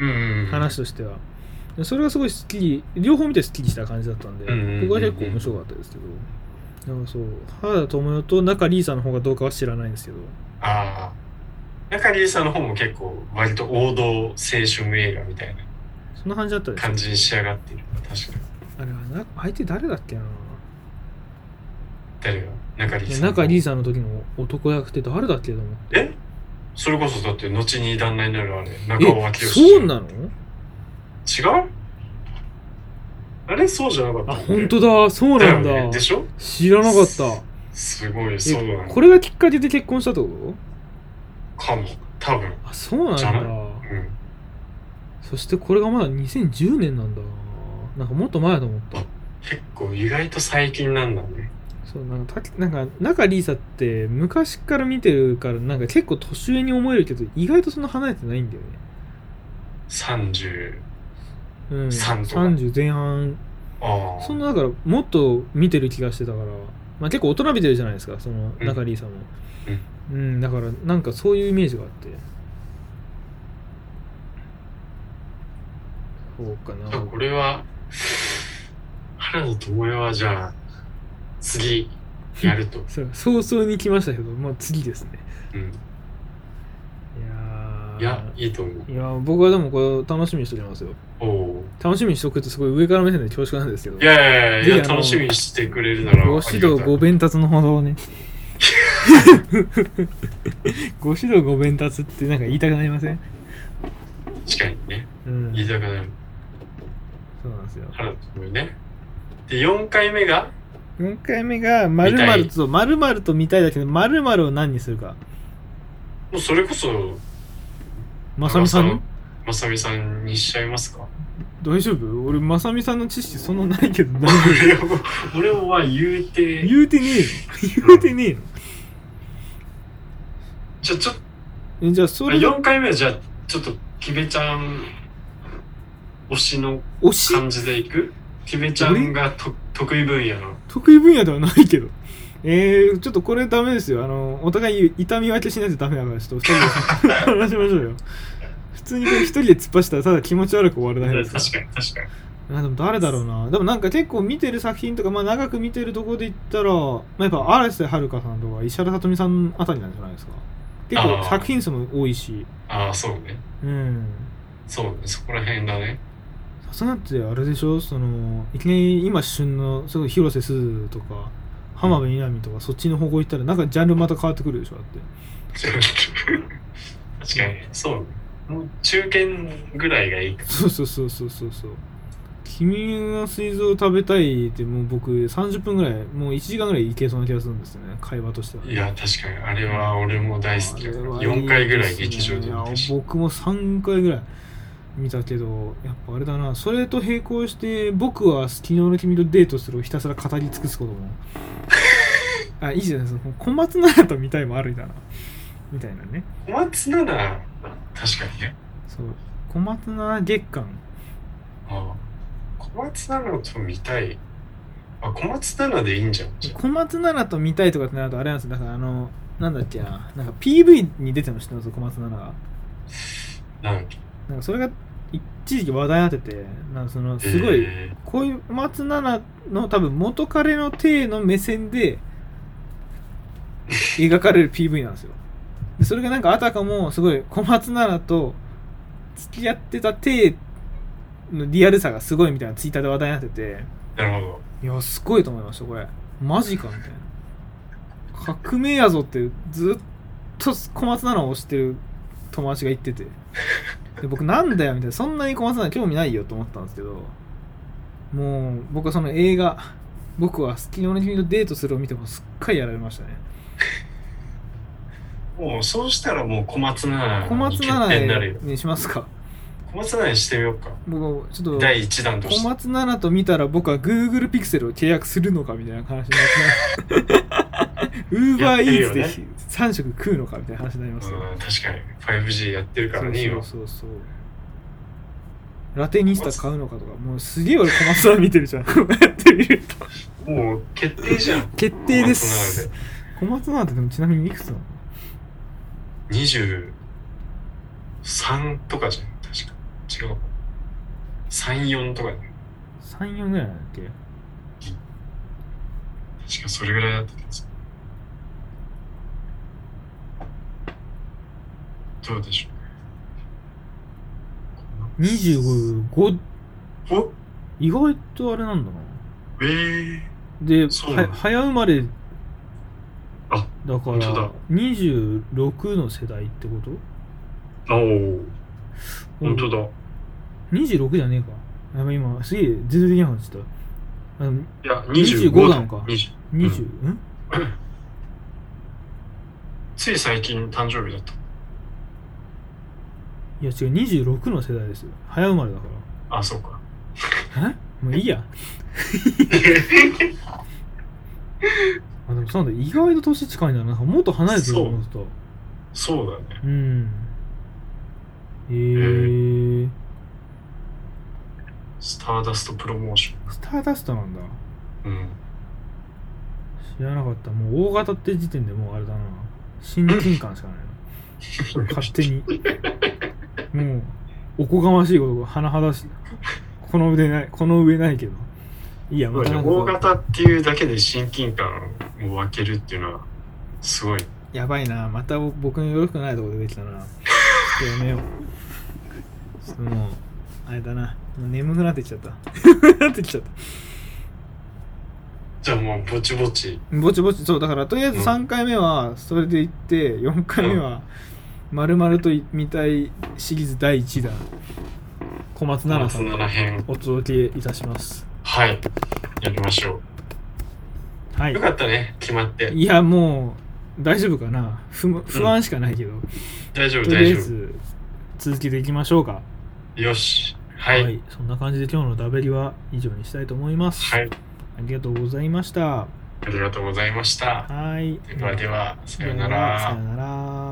S2: うんうんうん。
S1: 話としては、でそれがすごいすっきり両方見てすっきりした感じだったんで、
S2: うんうんうんうん
S1: 僕は結構面白かったですけどだからそう原田知世と仲里依紗の方がどうかは知らないんですけど
S2: ああ。中里さんの方も結構割と王道青春映画みたいな
S1: そんな感じだったです
S2: 感じに仕上がってる。確かに。
S1: あれはな相手誰だっけな
S2: 誰が中里
S1: いや
S2: さん。
S1: 中リーさんの時の男役って誰だっけと思って
S2: えそれこそだって後に旦那になるあれ中尾明
S1: え
S2: 慶
S1: そうなの
S2: 違うあれそうじゃなかった
S1: あ本当だそう
S2: だ
S1: な
S2: よ
S1: んだ
S2: ねでしょ
S1: 知らなかった
S2: すごいそうな
S1: え
S2: の
S1: これがきっかけで結婚したってこ
S2: かも多分
S1: とあそうなん
S2: じゃな
S1: だ
S2: いうん
S1: そしてこれがまだ2010年なんだなんかもっと前だと思った
S2: 結構意外と最近なんだね
S1: そうなんかたなんか中リーサって昔から見てるからなんか結構年上に思えるけど意外とそんな離れてないんだよね、
S2: 30
S1: うん、
S2: 30とか
S1: 30前半
S2: ああ
S1: そんなだからもっと見てる気がしてたから、まあ、結構大人びてるじゃないですかその
S2: うん
S1: 中里さんも、うんだからなんかそういうイメージがあってそうか
S2: じゃあ
S1: な
S2: これは原田知世はじゃあ次やると
S1: そう早々に来ましたけどまあ次ですね
S2: うん
S1: いやー
S2: いやいいと思う
S1: いや僕はでもこれ楽しみにしておりますよ
S2: おお
S1: 楽しみにしとくってすごい上から目線で恐縮なんですけど
S2: いやいやいやい
S1: ぜ
S2: や
S1: ひあの
S2: 楽しみにしてくれるなら
S1: ご指導ご鞭達のほどをね ご指導ご鞭達ってなんか言いたくなりません
S2: 確かにね
S1: うん
S2: 言いたくなる
S1: そうなんですよ。
S2: ハロウィンね。で、4回目が、
S1: 4回目が、まるまると、まるまると見たいだけど、まるまるを何にするか。
S2: もうそれこそ、
S1: まさみさん
S2: まさみさんにしちゃいますか
S1: 大丈夫俺、まさみさんの知識そんなないけ ど、大丈夫
S2: 俺を、俺をは言うて、
S1: 言うてねえよ。言うてねえよ。
S2: ちょ、ちょっ
S1: えじゃあ、そ
S2: と、
S1: れが
S2: 4回目はじゃあ、ちょっと、キベちゃん推しの
S1: 推し
S2: 感じでいくキベちゃんがと得意分野の。
S1: 得意分野ではないけど。えー、ちょっとこれダメですよ。あの、お互い痛み分けしないとダメだから、ちょっと二人 で話しましょうよ。普通にこれ一人で突っ走ったらただ気持ち悪く終わるだけで
S2: 確
S1: す
S2: か
S1: か
S2: に、確かに。
S1: ら。あでも誰だろうな。でもなんか結構見てる作品とか、まあ長く見てるとこで言ったら、まあ、やっぱ荒瀬はるかさんとか石原さとみさんあたりなんじゃないですか。結
S2: あ
S1: 構
S2: ー
S1: 作品数も多いし。
S2: ああ、そうね。
S1: うん。
S2: そうね。そこら辺だね。
S1: さすがってあれでしょその、いきなり今旬の、すごい広瀬すずとか、浜辺美波とか、そっちの方向行ったら、なんかジャンルまた変わってくるでしょだって。
S2: 確かに、そうね。もう中堅ぐらいがいいか。
S1: そうそうそうそうそうそう。君が水蔵を食べたいってもう僕30分ぐらいもう1時間ぐらいいけそうな気がするんですよね会話としてはい
S2: や、確かに、あれは俺も大好きだから。4回ぐらい劇場で見た
S1: 見
S2: し。
S1: 僕も3回ぐらい見たけどやっぱあれだなそれと並行して僕は昨日の君とデートするをひたすら語り尽くすこと もあいいじゃないですか小松菜奈と見たいもあるんだなみたいなね
S2: 小松菜奈、確かにね。
S1: そう小松菜奈月間
S2: ああ小松菜奈と見たい。あ、小松菜奈でいいんじゃん。
S1: 小松菜奈と見たいとかってなるとあれなんですよだからあのなんだっけななんか PV に出てましたよ小松菜奈が
S2: なんか
S1: なんかそれが一時期話題になっててなんかそのすごい
S2: えー
S1: こういう小松菜奈の多分元彼の体の目線で描かれる PV なんですよでそれがなんかあたかもすごい小松菜奈と付き合ってた体のリアルさがすごいみたいなツイッターで話題になってて
S2: なるほど。
S1: いや、すごいと思いました、これ。マジかみたいな。革命やぞって、ずっと小松菜奈を推してる友達が言ってて。で僕、なんだよみたいな。そんなに小松菜奈興味ないよと思ったんですけど、もう、僕はその映画、僕は昨日の君とデートするを見てもすっかりやられましたね。
S2: もう、そうしたらもう小松菜
S1: 小
S2: 奈
S1: 松
S2: に
S1: 菜
S2: 決定になるよ
S1: 奈。にしますか。
S2: 小松菜奈にしてみようか。
S1: 僕、ちょっと、
S2: 第1弾とし
S1: 小
S2: て。
S1: 松菜奈と見たら僕は Google ピクセルを契約するのかみたいな話に なってウー
S2: や
S1: バ
S2: っ
S1: ー
S2: て
S1: イ
S2: る
S1: ー
S2: よ
S1: ツで
S2: ね
S1: 3食食うのかみたいな話になりますよ、
S2: うん、確かに。5G やってるからね、
S1: そ
S2: 今
S1: う。そうそうそうラテニスタ買うのかとかもうすげえ俺小松菜奈見て るじゃんこうやって見ると
S2: もう、決定じゃん。
S1: 決定です小松菜奈ってでもちなみにいくつなの
S2: 二十三とかじゃん、確か。違うか。三四とかじゃん。確
S1: ?34 ぐらいなんだっけ
S2: かそれぐらいだった気がする。どうでしょう。
S1: 25
S2: お
S1: 意外とあれなんだな
S2: えー、
S1: で、
S2: そうなん
S1: は
S2: だ
S1: 早生まれだ
S2: あ
S1: か
S2: 本当
S1: ら
S2: だ
S1: 26の世代ってこと
S2: おお、本当
S1: だ
S2: だ。
S1: 26じゃねえかやばい今すげえ全然できなかったあの
S2: いや、
S1: 25
S2: 25
S1: なのか
S2: 20
S1: 20、ん、
S2: つい最近誕生日だった。
S1: いや違う26の世代ですよ早生まれだか
S2: あ、そうか。
S1: らえもういいやあでもそうなんだ意外と年近いんだななんかもっと離れてると思ってたう
S2: そうだね。
S1: んえー、
S2: スターダストプロモーシ
S1: スターダストなんだ
S2: ョン。うん。
S1: 知らなかったもう大型って時点でもうあれだな親近感しかないな 勝手にもうおこがましいことが甚だしこの腕ないこの上ないけどいいや
S2: すご
S1: また
S2: いね
S1: なんかこう
S2: 大型っていうだけで親近感を分けるっていうのはすごい。
S1: やばいなまた僕のよろしくないとこ出てきたなちょっとやめようちょっともうあれだなもう眠くなってきちゃったなってきちゃった
S2: じゃあもうぼちぼち。
S1: ぼちぼちそうだからとりあえず
S2: うん
S1: 3回目はそれでいって4回目はまるまると見たいシリーズ第1弾小松菜奈さ
S2: そ
S1: ん
S2: のらへん。
S1: お届けいたします
S2: はい。やりましょ
S1: は
S2: う。
S1: い
S2: よかったね、決まって。
S1: いやもう大丈夫かな不不安しかないけど、
S2: 大丈夫、
S1: とりあ
S2: 大
S1: え
S2: 丈
S1: ず続きでいきましょうか
S2: 夫。よし。はい。はい。
S1: そんな感じで今日のダベリは以上にしたいと思います、ありがとうございました
S2: ありがとうございました。
S1: はい
S2: ではでは、さような
S1: さ
S2: ら
S1: よ。なら